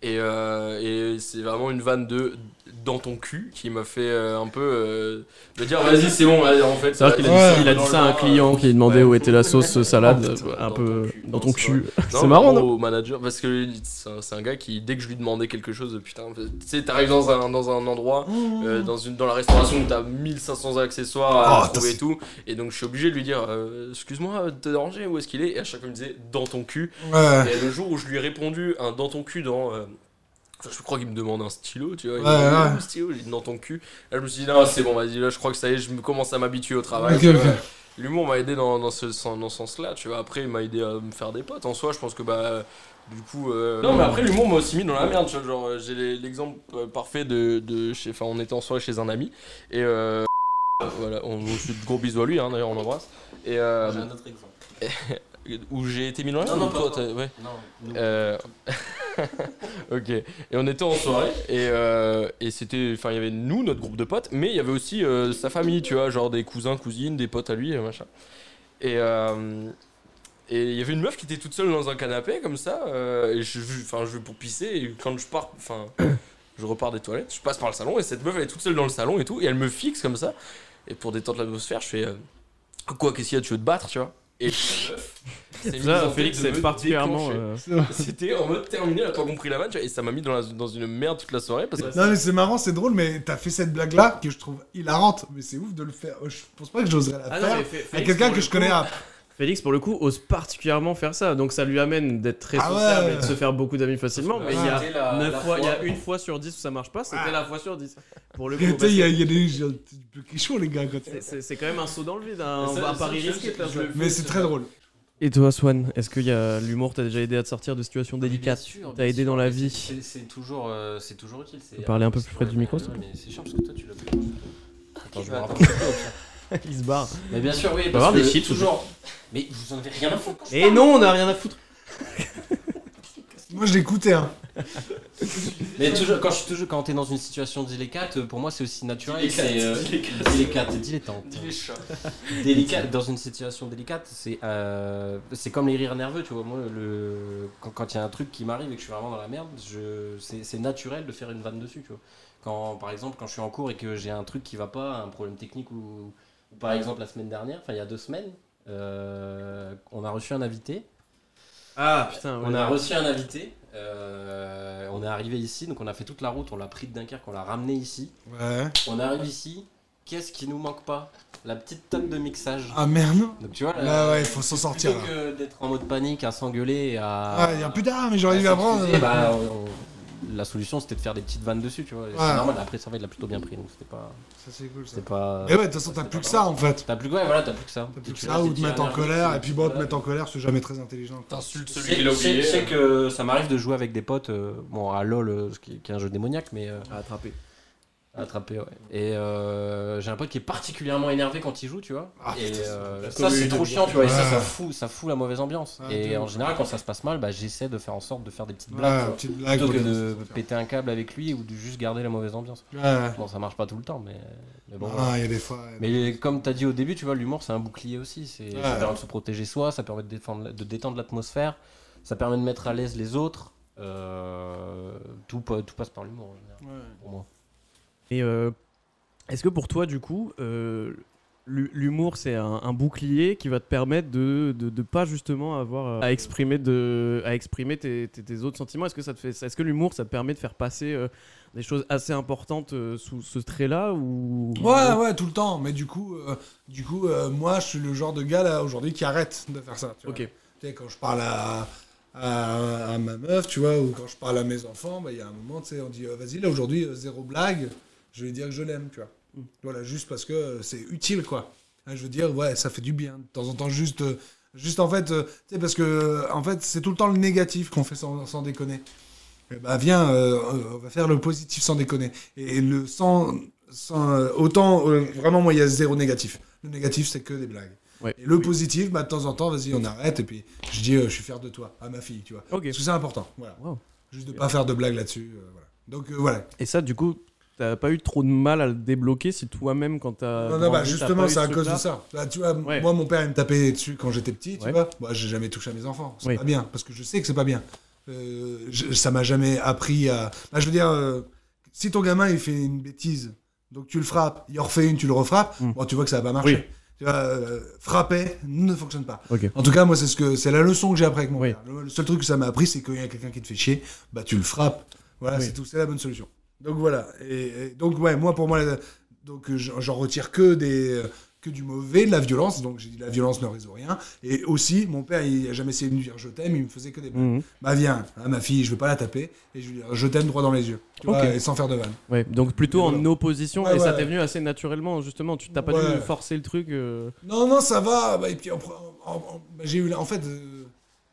[SPEAKER 3] Et, euh, et c'est vraiment une vanne de dans ton cul qui m'a fait euh, un peu euh, de dire vas-y, c'est bon, allez, en fait.
[SPEAKER 1] C'est vrai qu'il a dit
[SPEAKER 2] Ouais.
[SPEAKER 1] ça, il a dit ça à un client qui demandait
[SPEAKER 3] ouais.
[SPEAKER 1] où était la sauce euh, salade,
[SPEAKER 3] Oh, putain,
[SPEAKER 1] euh, un
[SPEAKER 3] dans
[SPEAKER 1] peu
[SPEAKER 3] ton cul.
[SPEAKER 1] dans
[SPEAKER 3] Non,
[SPEAKER 1] ton
[SPEAKER 3] c'est
[SPEAKER 1] cul.
[SPEAKER 3] Non,
[SPEAKER 1] C'est marrant,
[SPEAKER 3] au
[SPEAKER 1] non
[SPEAKER 3] manager, parce que c'est un, c'est un gars qui, dès que je lui demandais quelque chose, putain, tu sais, t'arrives dans un, dans un endroit, euh, dans, une, dans la restauration où t'as 1500 accessoires à
[SPEAKER 2] Oh,
[SPEAKER 3] trouver
[SPEAKER 2] t'as-
[SPEAKER 3] et tout, et donc je suis obligé de lui dire, euh, excuse-moi, t'es dérangé, où est-ce qu'il est Et à chaque fois, il me disait, dans ton cul.
[SPEAKER 2] Ouais.
[SPEAKER 3] Et le jour où je lui ai répondu, un dans ton cul, dans. euh, enfin, je crois qu'il me demande un stylo, tu vois. il me
[SPEAKER 2] Ouais,
[SPEAKER 3] dit,
[SPEAKER 2] ouais.
[SPEAKER 3] Un stylo, j'ai dit dans ton cul. Là, je me suis dit, non, c'est bon, vas-y, là, je crois que ça y est, je me commence à m'habituer au travail.
[SPEAKER 2] Ok,
[SPEAKER 3] tu
[SPEAKER 2] ok.
[SPEAKER 3] vois. L'humour m'a aidé dans, dans ce, sens- dans ce sens-là, tu vois. Après, il m'a aidé à me faire des potes. En soi, je pense que, bah, du coup. euh, Non, mais après, l'humour m'a aussi mis dans la merde, tu vois. Genre, euh, j'ai les- l'exemple euh, parfait de. de chez... Enfin, on était en soirée chez un ami. Et. euh, Voilà, on on fait de gros bisous à lui, hein, d'ailleurs, on l'embrasse. Et. euh,
[SPEAKER 7] J'ai un autre exemple.
[SPEAKER 3] où j'ai été mis dans la
[SPEAKER 7] Non,
[SPEAKER 3] merde
[SPEAKER 7] non,
[SPEAKER 3] ou
[SPEAKER 7] pas
[SPEAKER 3] toi,
[SPEAKER 7] toi.
[SPEAKER 3] t'as- ouais.
[SPEAKER 7] Non, nous.
[SPEAKER 3] Euh, ok. Et on était en soirée et, euh, et c'était, enfin il y avait nous notre groupe de potes, mais il y avait aussi euh, sa famille, tu vois, genre des cousins, cousines, des potes à lui, et machin. Et euh, et il y avait une meuf qui était toute seule dans un canapé comme ça. euh, et je, enfin je vais pour pisser et quand je pars, enfin Je repars des toilettes, je passe par le salon et cette meuf elle est toute seule dans le salon et tout et elle me fixe comme ça. Et pour détendre l'atmosphère, je fais euh, quoi qu'est-ce qu'il y a, tu veux te battre, tu vois Et la meuf, s'est mise en
[SPEAKER 1] Ça,
[SPEAKER 3] tête
[SPEAKER 1] Félix,
[SPEAKER 3] de
[SPEAKER 1] c'est
[SPEAKER 3] me
[SPEAKER 1] particulièrement.
[SPEAKER 3] déclencher.
[SPEAKER 1] euh,
[SPEAKER 3] C'était en mode terminé, elle a pas compris la vanne tu vois, et ça m'a mis dans, la- dans une merde toute la soirée parce que
[SPEAKER 2] Non mais c'est marrant, c'est drôle, mais t'as fait cette blague là que je trouve hilarante, mais c'est ouf de le faire. Je pense pas que j'oserais la
[SPEAKER 1] Ah non,
[SPEAKER 2] faire
[SPEAKER 1] mais Fé-
[SPEAKER 2] à
[SPEAKER 1] Félix,
[SPEAKER 2] quelqu'un
[SPEAKER 1] pour
[SPEAKER 2] que
[SPEAKER 1] le
[SPEAKER 2] je connais.
[SPEAKER 1] coup-
[SPEAKER 2] à-
[SPEAKER 1] Félix, pour le coup, ose particulièrement faire ça. Donc ça lui amène d'être très
[SPEAKER 2] Ah
[SPEAKER 1] sociable
[SPEAKER 2] ouais.
[SPEAKER 1] et de se faire beaucoup d'amis facilement. Mais il y a
[SPEAKER 7] Ah Bah, C'était la-
[SPEAKER 1] neuf
[SPEAKER 7] la
[SPEAKER 1] fois, il y a
[SPEAKER 7] fois.
[SPEAKER 1] une fois sur 10 où ça marche pas, c'était la fois sur 10. Pour le coup,
[SPEAKER 2] Ah. Tu
[SPEAKER 1] bah,
[SPEAKER 2] sais, il y a, il y a des gens qui chaud les gars quand
[SPEAKER 1] c'est-
[SPEAKER 2] tu-
[SPEAKER 1] c'est c'est quand même un saut dans le vide, hein. un,
[SPEAKER 3] Ça,
[SPEAKER 1] un
[SPEAKER 3] ça,
[SPEAKER 1] pari
[SPEAKER 3] je-
[SPEAKER 1] risqué.
[SPEAKER 3] je-
[SPEAKER 1] de faire
[SPEAKER 3] je
[SPEAKER 1] ça.
[SPEAKER 3] le fais,
[SPEAKER 2] Mais c'est très drôle.
[SPEAKER 1] Et toi, Swan, est-ce que y a- l'humour t'a déjà aidé à te sortir de situations délicates T'as aidé dans la vie
[SPEAKER 7] C'est c'est toujours, euh, c'est toujours utile. c'est-
[SPEAKER 1] Vous parlez un peu plus près du micro, s'il te
[SPEAKER 7] Mais c'est chiant parce que toi tu l'as plus. Attends, je me
[SPEAKER 3] Attends.
[SPEAKER 7] rapproche un peu, au pire.
[SPEAKER 1] Il se barre.
[SPEAKER 7] Mais bien sûr, oui.
[SPEAKER 1] avoir
[SPEAKER 7] Parce
[SPEAKER 1] des
[SPEAKER 7] que
[SPEAKER 1] shits,
[SPEAKER 7] toujours. Mais vous en avez rien à foutre.
[SPEAKER 1] Et non, on a rien à foutre.
[SPEAKER 2] Moi je l'écoutais hein.
[SPEAKER 7] Mais toujours, quand je toujours, quand t'es dans une situation délicate, euh, pour moi c'est aussi naturel. C'est euh, délicate, dilettante. Délicate. Dans une situation délicate, c'est euh, c'est comme les rires nerveux, tu vois. Moi, le quand quand il y a un truc qui m'arrive et que je suis vraiment dans la merde, je c'est c'est naturel de faire une vanne dessus, tu vois. Quand par exemple, quand je suis en cours et que j'ai un truc qui va pas, un problème technique ou, ou par exemple la semaine dernière, enfin il y a deux semaines, euh, on a reçu un invité.
[SPEAKER 1] Ah putain,
[SPEAKER 7] On a reçu un invité. euh, on est arrivé ici, donc on a fait toute la route, on l'a pris de Dunkerque, on l'a ramené ici.
[SPEAKER 2] Ouais.
[SPEAKER 7] On arrive ici. Qu'est-ce qui nous manque pas La petite table de mixage.
[SPEAKER 2] Ah merde.
[SPEAKER 7] Donc tu vois,
[SPEAKER 2] Là
[SPEAKER 7] euh,
[SPEAKER 2] ouais, il faut s'en sortir.
[SPEAKER 7] plutôt
[SPEAKER 2] là.
[SPEAKER 7] que d'être en mode panique, à s'engueuler, et à.
[SPEAKER 2] Ah, il y a putain, mais
[SPEAKER 7] à
[SPEAKER 2] j'aurais dû la prendre.
[SPEAKER 7] s'excuser, bah, on- on- La solution c'était de faire des petites vannes dessus, tu vois. et
[SPEAKER 2] Ouais.
[SPEAKER 7] C'est normal, après ça va, il l'a plutôt bien pris, donc c'était pas.
[SPEAKER 2] Ça c'est cool ça.
[SPEAKER 7] C'était pas.
[SPEAKER 2] Mais ouais, de toute façon, t'as plus que ça en fait.
[SPEAKER 7] T'as plus que, ouais, voilà, t'as plus que ça.
[SPEAKER 2] T'as
[SPEAKER 7] Et
[SPEAKER 2] plus que
[SPEAKER 7] tu
[SPEAKER 2] ça
[SPEAKER 7] restes
[SPEAKER 2] ou te
[SPEAKER 7] des
[SPEAKER 2] mettre en
[SPEAKER 7] petits
[SPEAKER 2] colère,
[SPEAKER 7] nerveux,
[SPEAKER 2] et puis bon, te
[SPEAKER 7] voilà.
[SPEAKER 2] mettre en colère, c'est jamais très intelligent. quoi.
[SPEAKER 3] t'insultes
[SPEAKER 7] Je
[SPEAKER 3] celui
[SPEAKER 7] sais-
[SPEAKER 3] qui
[SPEAKER 7] je
[SPEAKER 3] l'a
[SPEAKER 7] sais
[SPEAKER 3] oublié. euh.
[SPEAKER 7] je sais que ça m'arrive de jouer avec des potes, euh, bon à LOL, euh, ce qui, qui est un jeu démoniaque, mais euh,
[SPEAKER 1] attrapé.
[SPEAKER 7] attrapé, ouais. Et euh, j'ai un pote qui est particulièrement énervé quand il joue, tu vois.
[SPEAKER 2] Ah,
[SPEAKER 7] et
[SPEAKER 2] putain,
[SPEAKER 7] euh,
[SPEAKER 1] c'est
[SPEAKER 7] ça, c'est
[SPEAKER 1] commune.
[SPEAKER 7] trop chiant, tu vois. Et ça,
[SPEAKER 2] Ouais.
[SPEAKER 7] ça fout, ça fout la mauvaise ambiance.
[SPEAKER 2] Ouais, de
[SPEAKER 7] et en
[SPEAKER 2] ouf.
[SPEAKER 7] général, quand ça se passe mal, bah, j'essaie de faire en sorte de faire des petites blagues. tu
[SPEAKER 2] Ouais,
[SPEAKER 7] vois.
[SPEAKER 2] petite blague.
[SPEAKER 7] Plutôt que
[SPEAKER 2] ouais,
[SPEAKER 7] de
[SPEAKER 2] ça.
[SPEAKER 7] péter un câble avec lui ou de juste garder la mauvaise ambiance.
[SPEAKER 2] Ouais.
[SPEAKER 7] Bon, ça marche pas tout le temps, mais, mais bon. voilà.
[SPEAKER 2] Ah, il y a des fois. ouais.
[SPEAKER 7] Mais comme t'as dit au début, tu vois, l'humour c'est un bouclier aussi. C'est
[SPEAKER 2] Ouais.
[SPEAKER 7] ça permet de se protéger soi, ça permet de, défendre- de détendre l'atmosphère, ça permet de mettre à l'aise les autres. Euh, tout, pa- tout passe par l'humour. en général, Pour moi.
[SPEAKER 1] Et euh, est-ce que pour toi, du coup, euh, l'hu- l'humour, c'est un, un bouclier qui va te permettre de de, de pas justement avoir euh, à exprimer, de, à exprimer tes, tes- tes autres sentiments Est-ce que, ça te fait, est-ce que l'humour, ça te permet de faire passer euh, des choses assez importantes euh, sous ce trait-là ou...
[SPEAKER 2] Ouais, ouais, tout le temps. Mais du coup, euh, du coup euh, moi, je suis le genre de gars là aujourd'hui qui arrête de faire ça. Tu vois.
[SPEAKER 1] Ok.
[SPEAKER 2] Tu sais, quand je parle à, à, à ma meuf, tu vois, ou quand je parle à mes enfants, bah, il y a un moment, tu sais, on dit, euh, vas-y, là, aujourd'hui, euh, zéro blague, je vais dire que je l'aime, tu vois.
[SPEAKER 1] Mm.
[SPEAKER 2] Voilà, juste parce que euh, c'est utile, quoi. Hein, je veux dire, ouais, ça fait du bien. De temps en temps, juste, euh, juste en fait, euh, tu sais, parce que, euh, en fait, c'est tout le temps le négatif qu'on fait sans, sans déconner. Eh bah, viens, euh, euh, on va faire le positif sans déconner. Et le sans, sans euh, autant, euh, vraiment, moi, il y a zéro négatif. Le négatif, c'est que des blagues.
[SPEAKER 1] Ouais.
[SPEAKER 2] Et le positif, bah, de temps en temps, vas-y, on arrête. Et puis, je dis, euh, je suis fier de toi, à ma fille, tu vois.
[SPEAKER 1] Ok.
[SPEAKER 2] Parce que c'est important. Voilà.
[SPEAKER 1] Wow.
[SPEAKER 2] Juste de pas faire de blagues là-dessus. euh, voilà. Donc, euh, voilà.
[SPEAKER 1] Et ça, du coup, t'as pas eu trop de mal à le débloquer si toi-même, quand t'as.
[SPEAKER 2] non, non,
[SPEAKER 1] grandi,
[SPEAKER 2] bah,
[SPEAKER 1] t'as
[SPEAKER 2] justement,
[SPEAKER 1] pas eu
[SPEAKER 2] c'est à
[SPEAKER 1] ce
[SPEAKER 2] cause de
[SPEAKER 1] truc-là
[SPEAKER 2] ça. Bah, tu vois,
[SPEAKER 1] Ouais.
[SPEAKER 2] moi, mon père, il me tapait dessus quand j'étais petit, tu
[SPEAKER 1] Ouais.
[SPEAKER 2] vois. Moi, j'ai jamais touché à mes enfants. C'est
[SPEAKER 1] Oui.
[SPEAKER 2] pas bien, parce que je sais que c'est pas bien. Euh, je- ça m'a jamais appris à. Bah, je veux dire, euh, si ton gamin, il fait une bêtise, donc tu le frappes, il en refait une, tu le refrappes,
[SPEAKER 1] Mm.
[SPEAKER 2] bon, tu vois que ça va pas marcher.
[SPEAKER 1] Oui.
[SPEAKER 2] Tu vois, euh, frapper ne fonctionne pas.
[SPEAKER 1] Ok.
[SPEAKER 2] En tout cas, moi, c'est ce que c'est la leçon que j'ai appris avec mon
[SPEAKER 1] Oui.
[SPEAKER 2] père. Le, le seul truc que ça m'a appris, c'est qu'il y a quelqu'un qui te fait chier, bah tu le frappes. Voilà,
[SPEAKER 1] Oui.
[SPEAKER 2] c'est tout, c'est la bonne solution. Donc voilà. Et, et donc ouais, moi pour moi, la- donc euh, j'en j'en retire que des euh, que du mauvais, de la violence. Donc j'ai dit la violence ne résout rien. Et aussi, mon père, il a jamais essayé de me dire je t'aime, il me faisait que des. blagues.
[SPEAKER 1] Mhm.
[SPEAKER 2] Bah viens, hein, ma fille, je vais pas la taper et je lui dis je t'aime droit dans les yeux, tu
[SPEAKER 1] Ok.
[SPEAKER 2] vois, et sans faire de vanne.
[SPEAKER 1] Ouais, donc plutôt
[SPEAKER 2] Mais
[SPEAKER 1] en
[SPEAKER 2] voilà.
[SPEAKER 1] opposition,
[SPEAKER 2] Ouais,
[SPEAKER 1] et ça
[SPEAKER 2] ouais.
[SPEAKER 1] t'est venu assez naturellement, justement. Tu t'as pas
[SPEAKER 2] Ouais.
[SPEAKER 1] dû forcer le truc. euh,
[SPEAKER 2] Non, non, ça va. Bah, et puis, en- en- en- bah, j'ai eu, la- en fait, euh,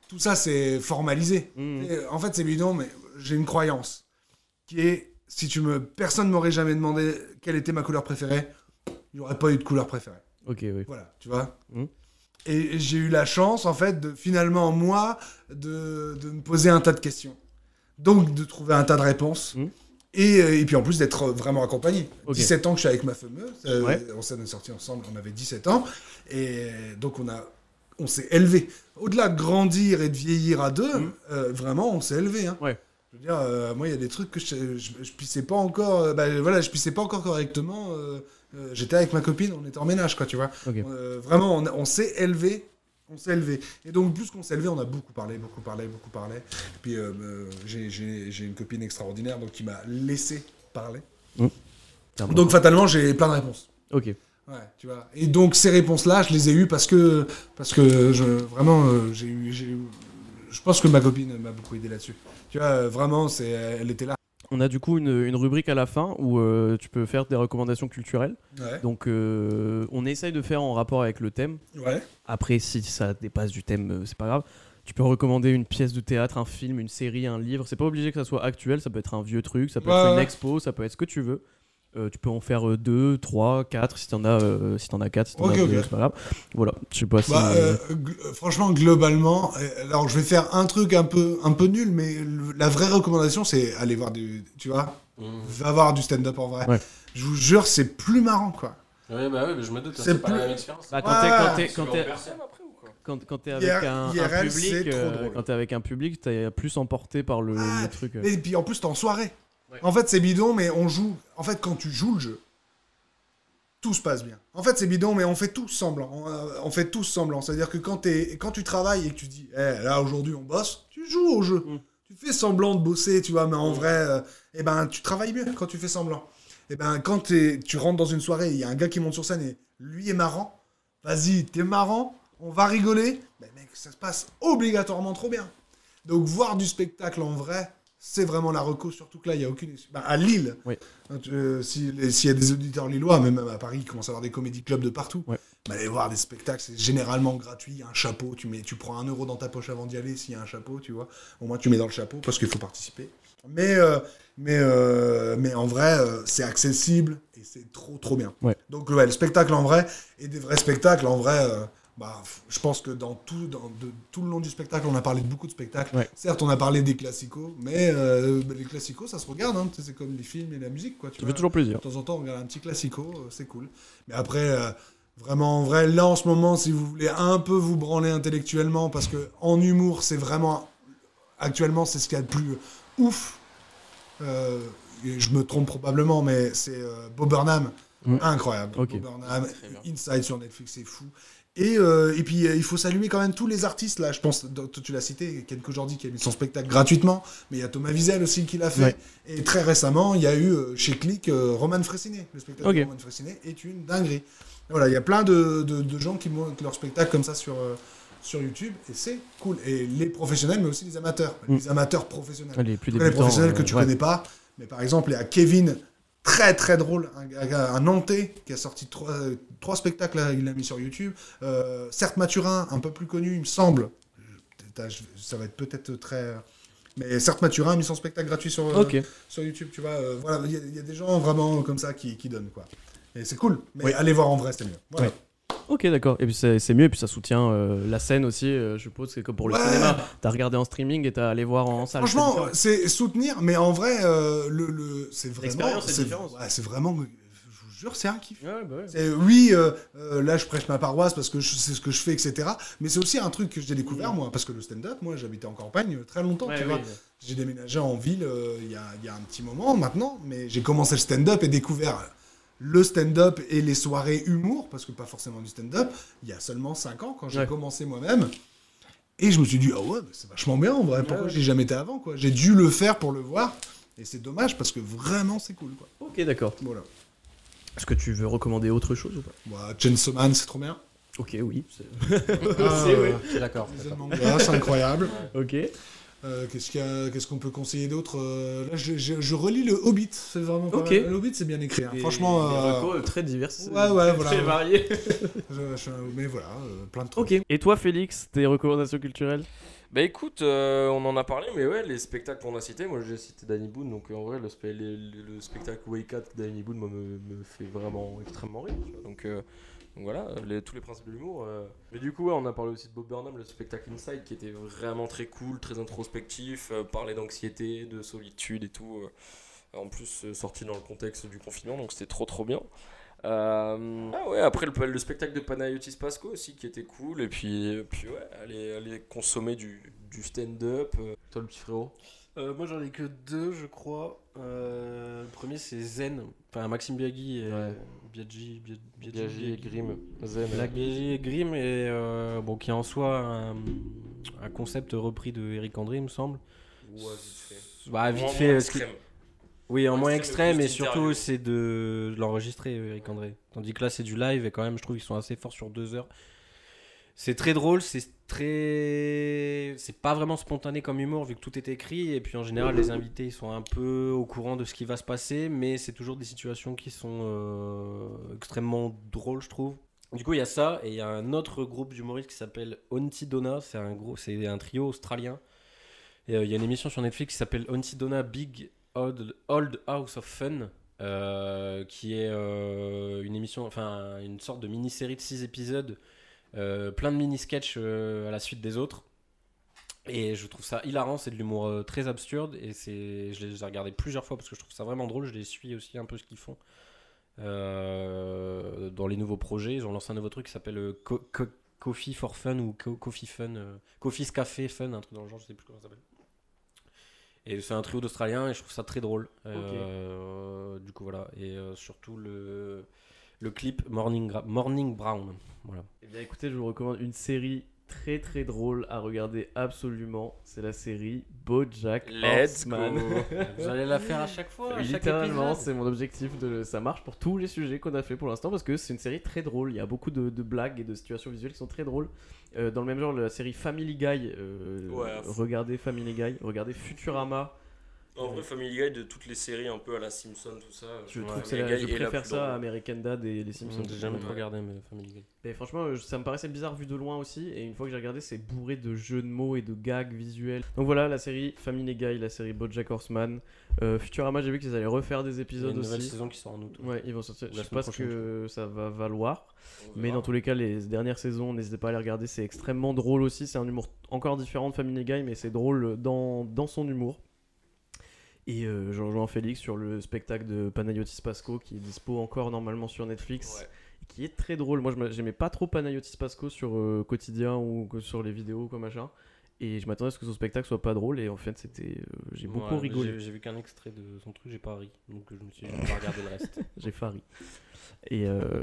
[SPEAKER 2] tout ça, c'est formalisé.
[SPEAKER 1] Mhm.
[SPEAKER 2] Et, euh, en fait, c'est évident, mais j'ai une croyance qui est si tu me, personne m'aurait jamais demandé quelle était ma couleur préférée, il n'y aurait pas eu de couleur préférée.
[SPEAKER 1] Ok, oui.
[SPEAKER 2] Voilà, tu vois.
[SPEAKER 1] Mhm.
[SPEAKER 2] Et j'ai eu la chance, en fait, de finalement, moi, de, de me poser un tas de questions. Donc, de trouver un tas de réponses.
[SPEAKER 1] Mhm.
[SPEAKER 2] Et, euh, et puis en plus d'être euh, vraiment accompagné.
[SPEAKER 1] Ok.
[SPEAKER 2] 17 ans que je suis avec ma fameuse, euh,
[SPEAKER 1] Ouais.
[SPEAKER 2] on s'en est sortis ensemble, on avait 17 ans. Et euh, donc on a, on s'est élevé. Au-delà de grandir et de vieillir à deux,
[SPEAKER 1] Mhm.
[SPEAKER 2] euh, vraiment, on s'est élevé. hein.
[SPEAKER 1] Ouais.
[SPEAKER 2] Je veux dire, euh, moi, il y a des trucs que je, je, je pissais pas encore. euh, bah, voilà, je pissais pas encore correctement. euh, euh, J'étais avec ma copine, on était en ménage, quoi, tu vois.
[SPEAKER 1] Ok.
[SPEAKER 2] Euh, vraiment, on, on s'est élevé. On s'est élevé. Et donc, plus qu'on s'est élevé, on a beaucoup parlé, beaucoup parlé, beaucoup parlé. Et puis, euh, euh, j'ai- j'ai j'ai une copine extraordinaire, donc qui m'a laissé parler. Donc, fatalement, j'ai plein de réponses.
[SPEAKER 1] Ok.
[SPEAKER 2] Ouais, tu vois. Et donc ces réponses-là, je les ai eues parce que parce que je vraiment euh, j'ai eu j'ai eu- je pense que ma copine m'a beaucoup aidé là-dessus. Tu vois, euh, vraiment c'est elle était là.
[SPEAKER 1] On a du coup une, une rubrique à la fin où euh, tu peux faire des recommandations culturelles.
[SPEAKER 2] Ouais.
[SPEAKER 1] Donc euh, on essaye de faire en rapport avec le thème.
[SPEAKER 2] Ouais.
[SPEAKER 1] Après, si ça dépasse du thème, euh, c'est pas grave. Tu peux recommander une pièce de théâtre, un film, une série, un livre. C'est pas obligé que ça soit actuel, ça peut être un vieux truc, ça peut
[SPEAKER 2] Ouais,
[SPEAKER 1] être une
[SPEAKER 2] ouais.
[SPEAKER 1] expo, ça peut être ce que tu veux. Euh, tu peux en faire 2, 3, 4, si t'en as 4, si t'en as quatre, si t'en
[SPEAKER 2] Ok,
[SPEAKER 1] as
[SPEAKER 2] ok.
[SPEAKER 1] deux, c'est pas grave. Voilà, je sais pas si.
[SPEAKER 2] Bah, euh, gl- euh, franchement globalement, euh, alors je vais faire un truc un peu un peu nul mais le- la vraie recommandation c'est aller voir du tu vois,
[SPEAKER 7] Mm.
[SPEAKER 2] va voir du stand-up en vrai.
[SPEAKER 1] Ouais.
[SPEAKER 2] Je vous jure, c'est plus marrant quoi.
[SPEAKER 7] Ouais, bah ouais, mais je me doute,
[SPEAKER 2] C'est
[SPEAKER 7] c'est pas la
[SPEAKER 2] plus-
[SPEAKER 7] même expérience.
[SPEAKER 1] Bah,
[SPEAKER 2] Ouais.
[SPEAKER 1] quand t'es- quand t'es- quand t'es-
[SPEAKER 3] personne après ou quoi
[SPEAKER 1] quand- quand t'es avec
[SPEAKER 2] IR-
[SPEAKER 1] un, un
[SPEAKER 2] IRL, c'est
[SPEAKER 1] public,
[SPEAKER 2] trop
[SPEAKER 1] euh,
[SPEAKER 2] drôle.
[SPEAKER 1] quand t'es avec un public, t'es plus emporté par le,
[SPEAKER 2] Ah,
[SPEAKER 1] le truc. euh.
[SPEAKER 2] Et puis en plus, t'es en soirée. En fait, c'est bidon, mais on joue. En fait, quand tu joues le jeu, tout se passe bien. En fait, c'est bidon, mais on fait tout semblant. On, euh, on fait tout semblant. C'est-à-dire que quand, es, quand tu travailles et que tu dis, Eh, là aujourd'hui on bosse, tu joues au jeu.
[SPEAKER 1] Mm.
[SPEAKER 2] Tu fais semblant de bosser, tu vois, mais en vrai, euh, eh ben, tu travailles mieux quand tu fais semblant. Et ben, quand t'es- tu rentres dans une soirée, il y a un gars qui monte sur scène et lui est marrant, vas-y, t'es marrant, on va rigoler, mais mec, ça se passe obligatoirement trop bien. Donc voir du spectacle en vrai, c'est vraiment la reco, surtout que là, il n'y a aucune... bah, à Lille,
[SPEAKER 1] Oui.
[SPEAKER 2] hein, tu- euh, si- les- s'il y a des auditeurs lillois, mais même à Paris, il commence à avoir des comédie clubs de partout,
[SPEAKER 1] Ouais.
[SPEAKER 2] bah, aller voir des spectacles, c'est généralement gratuit, un chapeau, tu, mets, tu prends un euro dans ta poche avant d'y aller s'il y a un chapeau, tu vois, au moins tu mets dans le chapeau parce qu'il faut participer. Mais, euh, mais, euh, mais en vrai, euh, c'est accessible et c'est trop trop bien.
[SPEAKER 1] Ouais.
[SPEAKER 2] Donc ouais, le spectacle en vrai, et des vrais spectacles en vrai... euh, bah, f- je pense que dans tout, dans, de- tout le long du spectacle, on a parlé de beaucoup de spectacles.
[SPEAKER 1] Ouais.
[SPEAKER 2] Certes, on a parlé des classicos, mais euh, bah, les classicos, ça se regarde. hein. Tu sais, C'est comme les films et la musique. Quoi, tu
[SPEAKER 1] Ça
[SPEAKER 2] vois.
[SPEAKER 1] fait toujours plaisir.
[SPEAKER 2] De temps en temps, on regarde un petit classico, euh, c'est cool. Mais après, euh, vraiment, en vrai, là, en ce moment, si vous voulez un peu vous branler intellectuellement, parce que en humour, c'est vraiment... Actuellement, c'est ce qu'il y a de plus ouf. Euh, et je me trompe probablement, mais c'est euh, Bob Burnham.
[SPEAKER 1] Mm.
[SPEAKER 2] Incroyable.
[SPEAKER 1] Ok.
[SPEAKER 2] Bob Burnham,
[SPEAKER 3] Très bien.
[SPEAKER 2] Inside sur Netflix, c'est fou. Et, euh, et puis, euh, il faut saluer quand même tous les artistes, là, je pense, dont tu l'as cité, Ken Kojandi qui a mis son spectacle gratuitement, mais il y a Thomas Wiesel aussi qui l'a fait.
[SPEAKER 1] Ouais.
[SPEAKER 2] Et très récemment, il y a eu euh, chez Click euh, Roman Fressinet. Le spectacle
[SPEAKER 1] Ok.
[SPEAKER 2] de Roman Fressinet est une dinguerie. Voilà, il y a plein de, de- de gens qui montent leur spectacle comme ça sur, euh, sur YouTube et c'est cool. Et les professionnels, mais aussi les amateurs.
[SPEAKER 1] Mm.
[SPEAKER 2] Les amateurs professionnels.
[SPEAKER 1] Les plus
[SPEAKER 2] Après, les
[SPEAKER 1] débutants,
[SPEAKER 2] professionnels
[SPEAKER 1] euh,
[SPEAKER 2] que tu
[SPEAKER 1] ouais.
[SPEAKER 2] connais pas. Mais par exemple, il y a Kevin, très très drôle, un, gars- un Nantais qui a sorti trois, euh, trois spectacles, là, il l'a mis sur YouTube. Euh, certes, Mathurin, un peu plus connu, il me semble. Je- je- Ça va être peut-être très. euh, Mais certes, Mathurin a mis son spectacle gratuit sur, euh,
[SPEAKER 1] Ok.
[SPEAKER 2] sur YouTube, tu vois. euh, voilà, il y, a- il y a des gens vraiment comme ça qui, qui donnent, quoi. Et c'est cool. Mais allez voir en vrai, c'est mieux. Voilà.
[SPEAKER 1] Ouais. Ok, d'accord. Et puis c'est c'est mieux, et puis ça soutient euh, la scène aussi. euh, je suppose c'est comme pour le
[SPEAKER 2] Ouais.
[SPEAKER 1] cinéma. T'as regardé en streaming et t'as allé voir en salle. Ah, c'est
[SPEAKER 2] Franchement,
[SPEAKER 1] différent.
[SPEAKER 2] c'est soutenir, mais en vrai, euh, le, le- c'est vraiment.
[SPEAKER 1] L'expérience est différente.
[SPEAKER 2] ouais, c'est vraiment. Je vous jure, c'est un kiff.
[SPEAKER 1] Ouais, bah ouais.
[SPEAKER 2] C'est- oui, euh, euh, là je prêche ma paroisse parce que je- c'est ce que je fais, etc. Mais c'est aussi un truc que j'ai découvert moi, parce que le stand-up, moi j'habitais en campagne euh, très longtemps,
[SPEAKER 1] Ouais,
[SPEAKER 2] tu
[SPEAKER 1] oui.
[SPEAKER 2] vois. J'ai déménagé en ville euh, il y, a, il y a un petit moment maintenant, mais j'ai commencé le stand-up et découvert le stand-up et les soirées humour, parce que pas forcément du stand-up, il y a seulement 5 ans quand j'ai
[SPEAKER 1] Ouais.
[SPEAKER 2] commencé moi-même. Et je me suis dit, ah ouais, mais c'est vachement bien en vrai, pourquoi j'ai jamais été avant quoi J'ai dû le faire pour le voir, et c'est dommage parce que vraiment c'est cool quoi.
[SPEAKER 1] Ok, d'accord.
[SPEAKER 2] Voilà.
[SPEAKER 1] Est-ce que tu veux recommander autre chose ou pas
[SPEAKER 2] Bon, Chainsaw Man, c'est trop bien.
[SPEAKER 1] Ok, oui. c'est-
[SPEAKER 2] Ah,
[SPEAKER 1] C'est, oui.
[SPEAKER 7] Je suis d'accord.
[SPEAKER 2] Les mangas, Ah, c'est incroyable.
[SPEAKER 1] Ok.
[SPEAKER 2] Euh, Qu'est-ce qu'il y a- qu'est-ce qu'on peut conseiller d'autre Euh, Là, je, je- je relis le Hobbit. C'est vraiment. pas
[SPEAKER 1] Ok.
[SPEAKER 2] mal. Le Hobbit, c'est bien écrit. hein. Franchement.
[SPEAKER 6] des
[SPEAKER 2] euh,
[SPEAKER 6] recos très diverses.
[SPEAKER 2] ouais, ouais, voilà.
[SPEAKER 6] Très variées.
[SPEAKER 2] Je- je- mais voilà, euh, plein de trucs.
[SPEAKER 1] Ok. Et toi, Félix, tes recommandations culturelles
[SPEAKER 3] Bah écoute, euh, on en a parlé, mais ouais, les spectacles qu'on a cités, moi j'ai cité Danny Boone, donc euh, en vrai, le, spe- le- le- le spectacle Wake Up de Danny Boone moi, me, me fait vraiment extrêmement rire. tu vois. Donc, euh, donc voilà, les- tous les principes de l'humour. euh. Mais du coup, ouais, on a parlé aussi de Bob Burnham, le spectacle Inside, qui était vraiment très cool, très introspectif, euh, parler d'anxiété, de solitude et tout. euh. en plus, euh, sorti dans le contexte du confinement, donc c'était trop trop bien. Euh, ah ouais, après le, le spectacle de Panayotis Pasco aussi qui était cool. Et puis, puis ouais, aller, aller consommer du, du stand-up. euh. Toi le petit frérot
[SPEAKER 7] Euh, moi j'en ai que deux, je crois. Euh, le premier c'est Zen, enfin Maxime Biaggi et euh,
[SPEAKER 8] Ouais.
[SPEAKER 7] Biaggi, Bia- Biaggi,
[SPEAKER 8] Biaggi et Grimm. Zen.
[SPEAKER 7] Black Biaggi et Grimm, et euh, bon, qui est en soi un, un concept repris de Eric André, il me semble.
[SPEAKER 3] Ouais, euh, vite
[SPEAKER 7] Bah,
[SPEAKER 3] fait.
[SPEAKER 7] vite
[SPEAKER 3] Moins-
[SPEAKER 7] fait,
[SPEAKER 3] moins
[SPEAKER 7] parce que-
[SPEAKER 3] extrême.
[SPEAKER 7] oui, en moins
[SPEAKER 3] extrême,
[SPEAKER 7] extrême,
[SPEAKER 3] plus
[SPEAKER 7] et
[SPEAKER 3] d'interview.
[SPEAKER 7] surtout c'est de l'enregistrer, Eric André. Tandis que là c'est du live, et quand même, je trouve qu'ils sont assez forts sur deux heures. C'est très drôle, c'est très. C'est pas vraiment spontané comme humour vu que tout est écrit. Et puis en général, les invités ils sont un peu au courant de ce qui va se passer, mais c'est toujours des situations qui sont euh, extrêmement drôles, je trouve. Du coup, il y a ça, et il y a un autre groupe d'humoristes qui s'appelle Ontidona. C'est un, gros... c'est un trio australien. Et euh, il y a une émission sur Netflix qui s'appelle Ontidona Big Old, Old House of Fun. euh, qui est euh, une émission, enfin une sorte de mini-série de 6 épisodes euh, plein de mini-sketchs euh, à la suite des autres. Et je trouve ça hilarant, c'est de l'humour euh, très absurde. Et c'est, je les ai regardés plusieurs fois parce que je trouve ça vraiment drôle. Je les suis aussi un peu ce qu'ils font euh, dans les nouveaux projets. Ils ont lancé un nouveau truc qui s'appelle euh, Co- Co- Coffee for Fun ou Co- Coffee Fun, euh, Coffee's Café Fun, un truc dans le genre, je sais plus comment ça s'appelle. Et c'est un trio d'Australiens et je trouve ça très drôle. Euh, du coup, voilà. Et euh, surtout le, le clip Morning, Gra- Morning Brown. Voilà.
[SPEAKER 1] Eh bien écoutez, je vous recommande une série très très drôle à regarder absolument. C'est la série BoJack
[SPEAKER 3] Let's go.
[SPEAKER 1] Horseman.
[SPEAKER 8] Vous allez la faire à chaque fois, à chaque
[SPEAKER 1] Littéralement,
[SPEAKER 8] épisode.
[SPEAKER 1] c'est mon objectif. De... Ça marche pour tous les sujets qu'on a fait pour l'instant parce que c'est une série très drôle. Il y a beaucoup de, de blagues et de situations visuelles qui sont très drôles. Euh, dans le même genre, la série Family Guy. euh,
[SPEAKER 3] Ouais.
[SPEAKER 1] Regardez Family Guy, regardez Futurama.
[SPEAKER 3] En vrai, Family Guy, de toutes les séries un peu à la Simpson, tout ça.
[SPEAKER 1] Je
[SPEAKER 3] ouais,
[SPEAKER 1] trouve que c'est
[SPEAKER 3] Family
[SPEAKER 1] la-
[SPEAKER 3] Guy
[SPEAKER 1] je
[SPEAKER 3] est la
[SPEAKER 1] préfère
[SPEAKER 3] plus
[SPEAKER 1] ça à
[SPEAKER 3] drôle. Mmh,
[SPEAKER 1] American Dad et les Simpsons.
[SPEAKER 7] J'ai jamais
[SPEAKER 3] Ouais.
[SPEAKER 7] trop regardé, mais Family Guy.
[SPEAKER 1] Mais franchement, euh, ça me paraissait bizarre vu de loin aussi, et une fois que j'ai regardé, c'est bourré de jeux de mots et de gags visuels. Donc voilà, la série Family Guy, la série BoJack Horseman, euh, Futurama, j'ai vu qu'ils allaient refaire des
[SPEAKER 7] Il y a
[SPEAKER 1] épisodes
[SPEAKER 7] une nouvelle
[SPEAKER 1] aussi.
[SPEAKER 7] saison qui sort en août.
[SPEAKER 1] Ouais, ils vont sortir.
[SPEAKER 7] Ou
[SPEAKER 1] Je
[SPEAKER 7] la
[SPEAKER 1] sais
[SPEAKER 7] semaine
[SPEAKER 1] pas ce
[SPEAKER 7] prochaine,
[SPEAKER 1] que ça va valoir,
[SPEAKER 3] On
[SPEAKER 1] mais
[SPEAKER 3] verra.
[SPEAKER 1] dans tous les cas, les dernières saisons, n'hésitez pas à les regarder. C'est extrêmement drôle aussi. C'est un humour encore différent de Family Guy, mais c'est drôle dans, dans son humour. Et euh, je rejoins Félix sur le spectacle de Panayotis Pasco qui est dispo encore normalement sur Netflix.
[SPEAKER 3] Ouais.
[SPEAKER 1] et Qui est très drôle. Moi, je me- j'aimais pas trop Panayotis Pasco sur euh, Quotidien ou que sur les vidéos, quoi, machin. Et je m'attendais à ce que son spectacle soit pas drôle. Et en fait, c'était. euh, j'ai
[SPEAKER 7] Ouais,
[SPEAKER 1] beaucoup
[SPEAKER 7] mais
[SPEAKER 1] rigolé.
[SPEAKER 7] j'ai- J'ai vu qu'un extrait de son truc, j'ai pas ri. Donc je me suis dit, je vais pas regarder le reste.
[SPEAKER 1] j'ai fari. Et euh,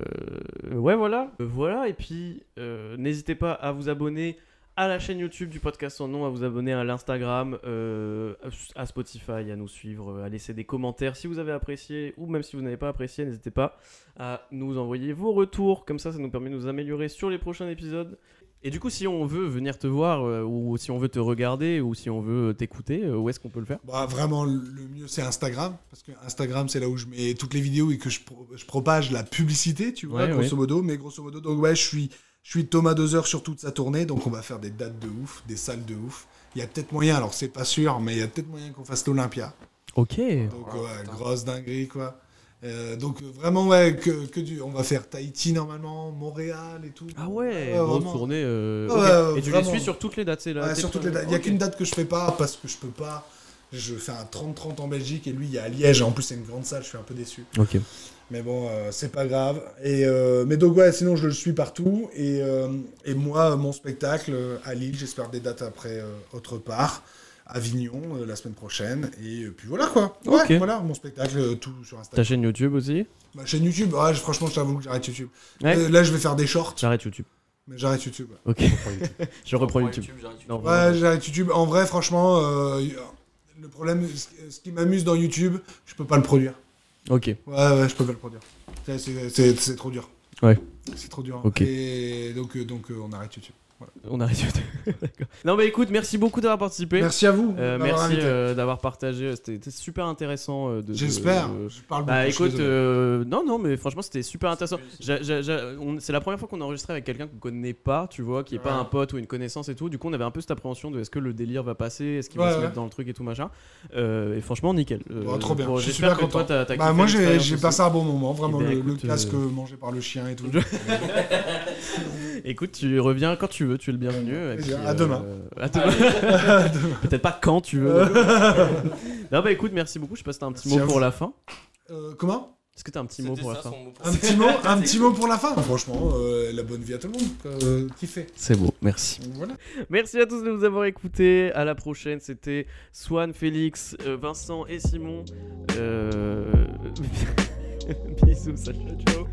[SPEAKER 1] ouais, voilà. Euh, Voilà, et puis euh, n'hésitez pas à vous abonner à la chaîne YouTube du podcast sans nom, à vous abonner à l'Instagram, euh, à Spotify, à nous suivre, à laisser des commentaires si vous avez apprécié ou même si vous n'avez pas apprécié, n'hésitez pas à nous envoyer vos retours. Comme ça, ça nous permet de nous améliorer sur les prochains épisodes. Et du coup, si on veut venir te voir euh, ou si on veut te regarder ou si on veut t'écouter, euh, où est-ce qu'on peut le faire
[SPEAKER 2] Bah, vraiment, le mieux, c'est Instagram. Parce que Instagram, c'est là où je mets toutes les vidéos et que je, pro- je propage la publicité, tu vois,
[SPEAKER 1] Ouais,
[SPEAKER 2] grosso
[SPEAKER 1] ouais.
[SPEAKER 2] modo. Mais grosso modo, donc ouais, je suis, je suis Thomas Deux Heures sur toute sa tournée. Donc on va faire des dates de ouf, des salles de ouf. Il y a peut-être moyen, alors c'est pas sûr, mais il y a peut-être moyen qu'on fasse l'Olympia.
[SPEAKER 1] Ok.
[SPEAKER 2] Donc
[SPEAKER 1] Ah,
[SPEAKER 8] Oh,
[SPEAKER 2] ouais,
[SPEAKER 8] putain.
[SPEAKER 2] grosse dinguerie, quoi. Euh, donc euh, vraiment, ouais, que, que du. On va faire Tahiti normalement, Montréal et tout.
[SPEAKER 1] Ah ouais,
[SPEAKER 2] Ouais,
[SPEAKER 1] grosse
[SPEAKER 2] vraiment.
[SPEAKER 1] tournée. euh,
[SPEAKER 2] Ouais,
[SPEAKER 1] ok.
[SPEAKER 2] ouais,
[SPEAKER 1] Et tu
[SPEAKER 2] vraiment.
[SPEAKER 1] les suis sur toutes les dates, c'est là.
[SPEAKER 2] Ouais,
[SPEAKER 1] t'es-
[SPEAKER 2] sur toutes les dates. Il n'y a
[SPEAKER 1] ok.
[SPEAKER 2] qu'une date que je fais pas parce que je peux pas. Je fais un 30-30 en Belgique et lui, il y a à Liège. En plus, c'est une grande salle, je suis un peu déçu.
[SPEAKER 1] Ok.
[SPEAKER 2] Mais bon, euh, c'est pas grave. Et, euh, mais donc, ouais, sinon, je le suis partout. Et, euh, et moi, euh, mon spectacle euh, à Lille, j'espère des dates après euh, autre part. Avignon euh, la semaine prochaine. Et euh, puis voilà quoi. Ouais,
[SPEAKER 1] Ok.
[SPEAKER 2] voilà mon spectacle, euh, tout sur Instagram.
[SPEAKER 1] Ta chaîne YouTube aussi
[SPEAKER 2] Ma chaîne YouTube, ouais, je- franchement, je t'avoue que j'arrête YouTube.
[SPEAKER 1] Ouais.
[SPEAKER 2] Euh, là, je vais faire des shorts,
[SPEAKER 1] J'arrête YouTube.
[SPEAKER 2] mais j'arrête YouTube.
[SPEAKER 1] Ok. Je reprends
[SPEAKER 3] Prends
[SPEAKER 1] YouTube.
[SPEAKER 3] j'arrête YouTube.
[SPEAKER 1] Non,
[SPEAKER 2] Ouais,
[SPEAKER 1] vraiment.
[SPEAKER 2] j'arrête YouTube. En vrai, franchement, euh, y- le problème, ce- ce qui m'amuse dans YouTube, je peux pas le produire.
[SPEAKER 1] Ok.
[SPEAKER 2] Ouais, ouais, je peux pas le produire. C'est- C'est c'est- c'est trop dur.
[SPEAKER 1] Ouais.
[SPEAKER 2] C'est trop dur.
[SPEAKER 1] Ok.
[SPEAKER 2] Et donc, euh, donc euh, on arrête YouTube.
[SPEAKER 1] On arrête YouTube. D'accord. Non, mais écoute, merci beaucoup d'avoir participé.
[SPEAKER 2] Merci à vous.
[SPEAKER 1] Euh,
[SPEAKER 2] de m'avoir
[SPEAKER 1] merci
[SPEAKER 2] invité.
[SPEAKER 1] euh, d'avoir partagé. C'était c'était super intéressant. euh, de- de-
[SPEAKER 2] J'espère.
[SPEAKER 1] de-
[SPEAKER 2] Je parle beaucoup.
[SPEAKER 1] Bah
[SPEAKER 2] je suis
[SPEAKER 1] écoute,
[SPEAKER 2] désolé.
[SPEAKER 1] euh, non, non, mais franchement, c'était super intéressant. J'a- j'a- j'a- on- C'est la première fois qu'on a enregistré avec quelqu'un qu'on connaît pas, tu vois, qui est pas
[SPEAKER 2] Ouais.
[SPEAKER 1] un pote ou une connaissance et tout. Du coup, on avait un peu cette appréhension de est-ce que le délire va passer, est-ce qu'il va
[SPEAKER 2] Ouais,
[SPEAKER 1] se
[SPEAKER 2] ouais.
[SPEAKER 1] mettre dans le truc et tout machin. Euh, et franchement, nickel. Euh,
[SPEAKER 2] Bon, trop bien.
[SPEAKER 1] bon,
[SPEAKER 2] je suis
[SPEAKER 1] J'espère
[SPEAKER 2] super
[SPEAKER 1] que toi,
[SPEAKER 2] content.
[SPEAKER 1] t'as t'as
[SPEAKER 2] bah,
[SPEAKER 1] kiffé
[SPEAKER 2] moi, j'ai
[SPEAKER 1] l'expérience
[SPEAKER 2] j'ai
[SPEAKER 1] aussi.
[SPEAKER 2] passé un bon moment. Vraiment,
[SPEAKER 1] Eh ben,
[SPEAKER 2] le, le
[SPEAKER 1] écoute, euh,
[SPEAKER 2] casque mangé par le chien et tout.
[SPEAKER 1] Écoute, tu reviens quand tu veux, tu es le bienvenu. et puis, euh,
[SPEAKER 2] À demain.
[SPEAKER 1] à demain. Peut-être pas quand
[SPEAKER 2] Euh,
[SPEAKER 1] tu veux. non, bah écoute, merci beaucoup. Je passe un petit
[SPEAKER 2] Merci
[SPEAKER 1] mot
[SPEAKER 2] à
[SPEAKER 1] pour
[SPEAKER 2] vous.
[SPEAKER 1] la fin.
[SPEAKER 2] Euh, comment
[SPEAKER 1] Est-ce que t'as un petit mot pour la fin
[SPEAKER 2] Un petit mot, un petit mot pour la fin. Franchement, euh, la bonne vie à tout le monde. Euh, kiffez.
[SPEAKER 1] C'est beau, merci.
[SPEAKER 2] Donc Voilà.
[SPEAKER 1] Merci à tous de nous avoir écoutés. À la prochaine, c'était Swan, Félix, euh, Vincent et Simon. Euh... Bisous, Sacha, ciao.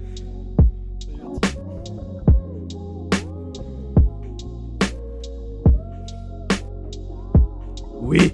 [SPEAKER 1] Oui.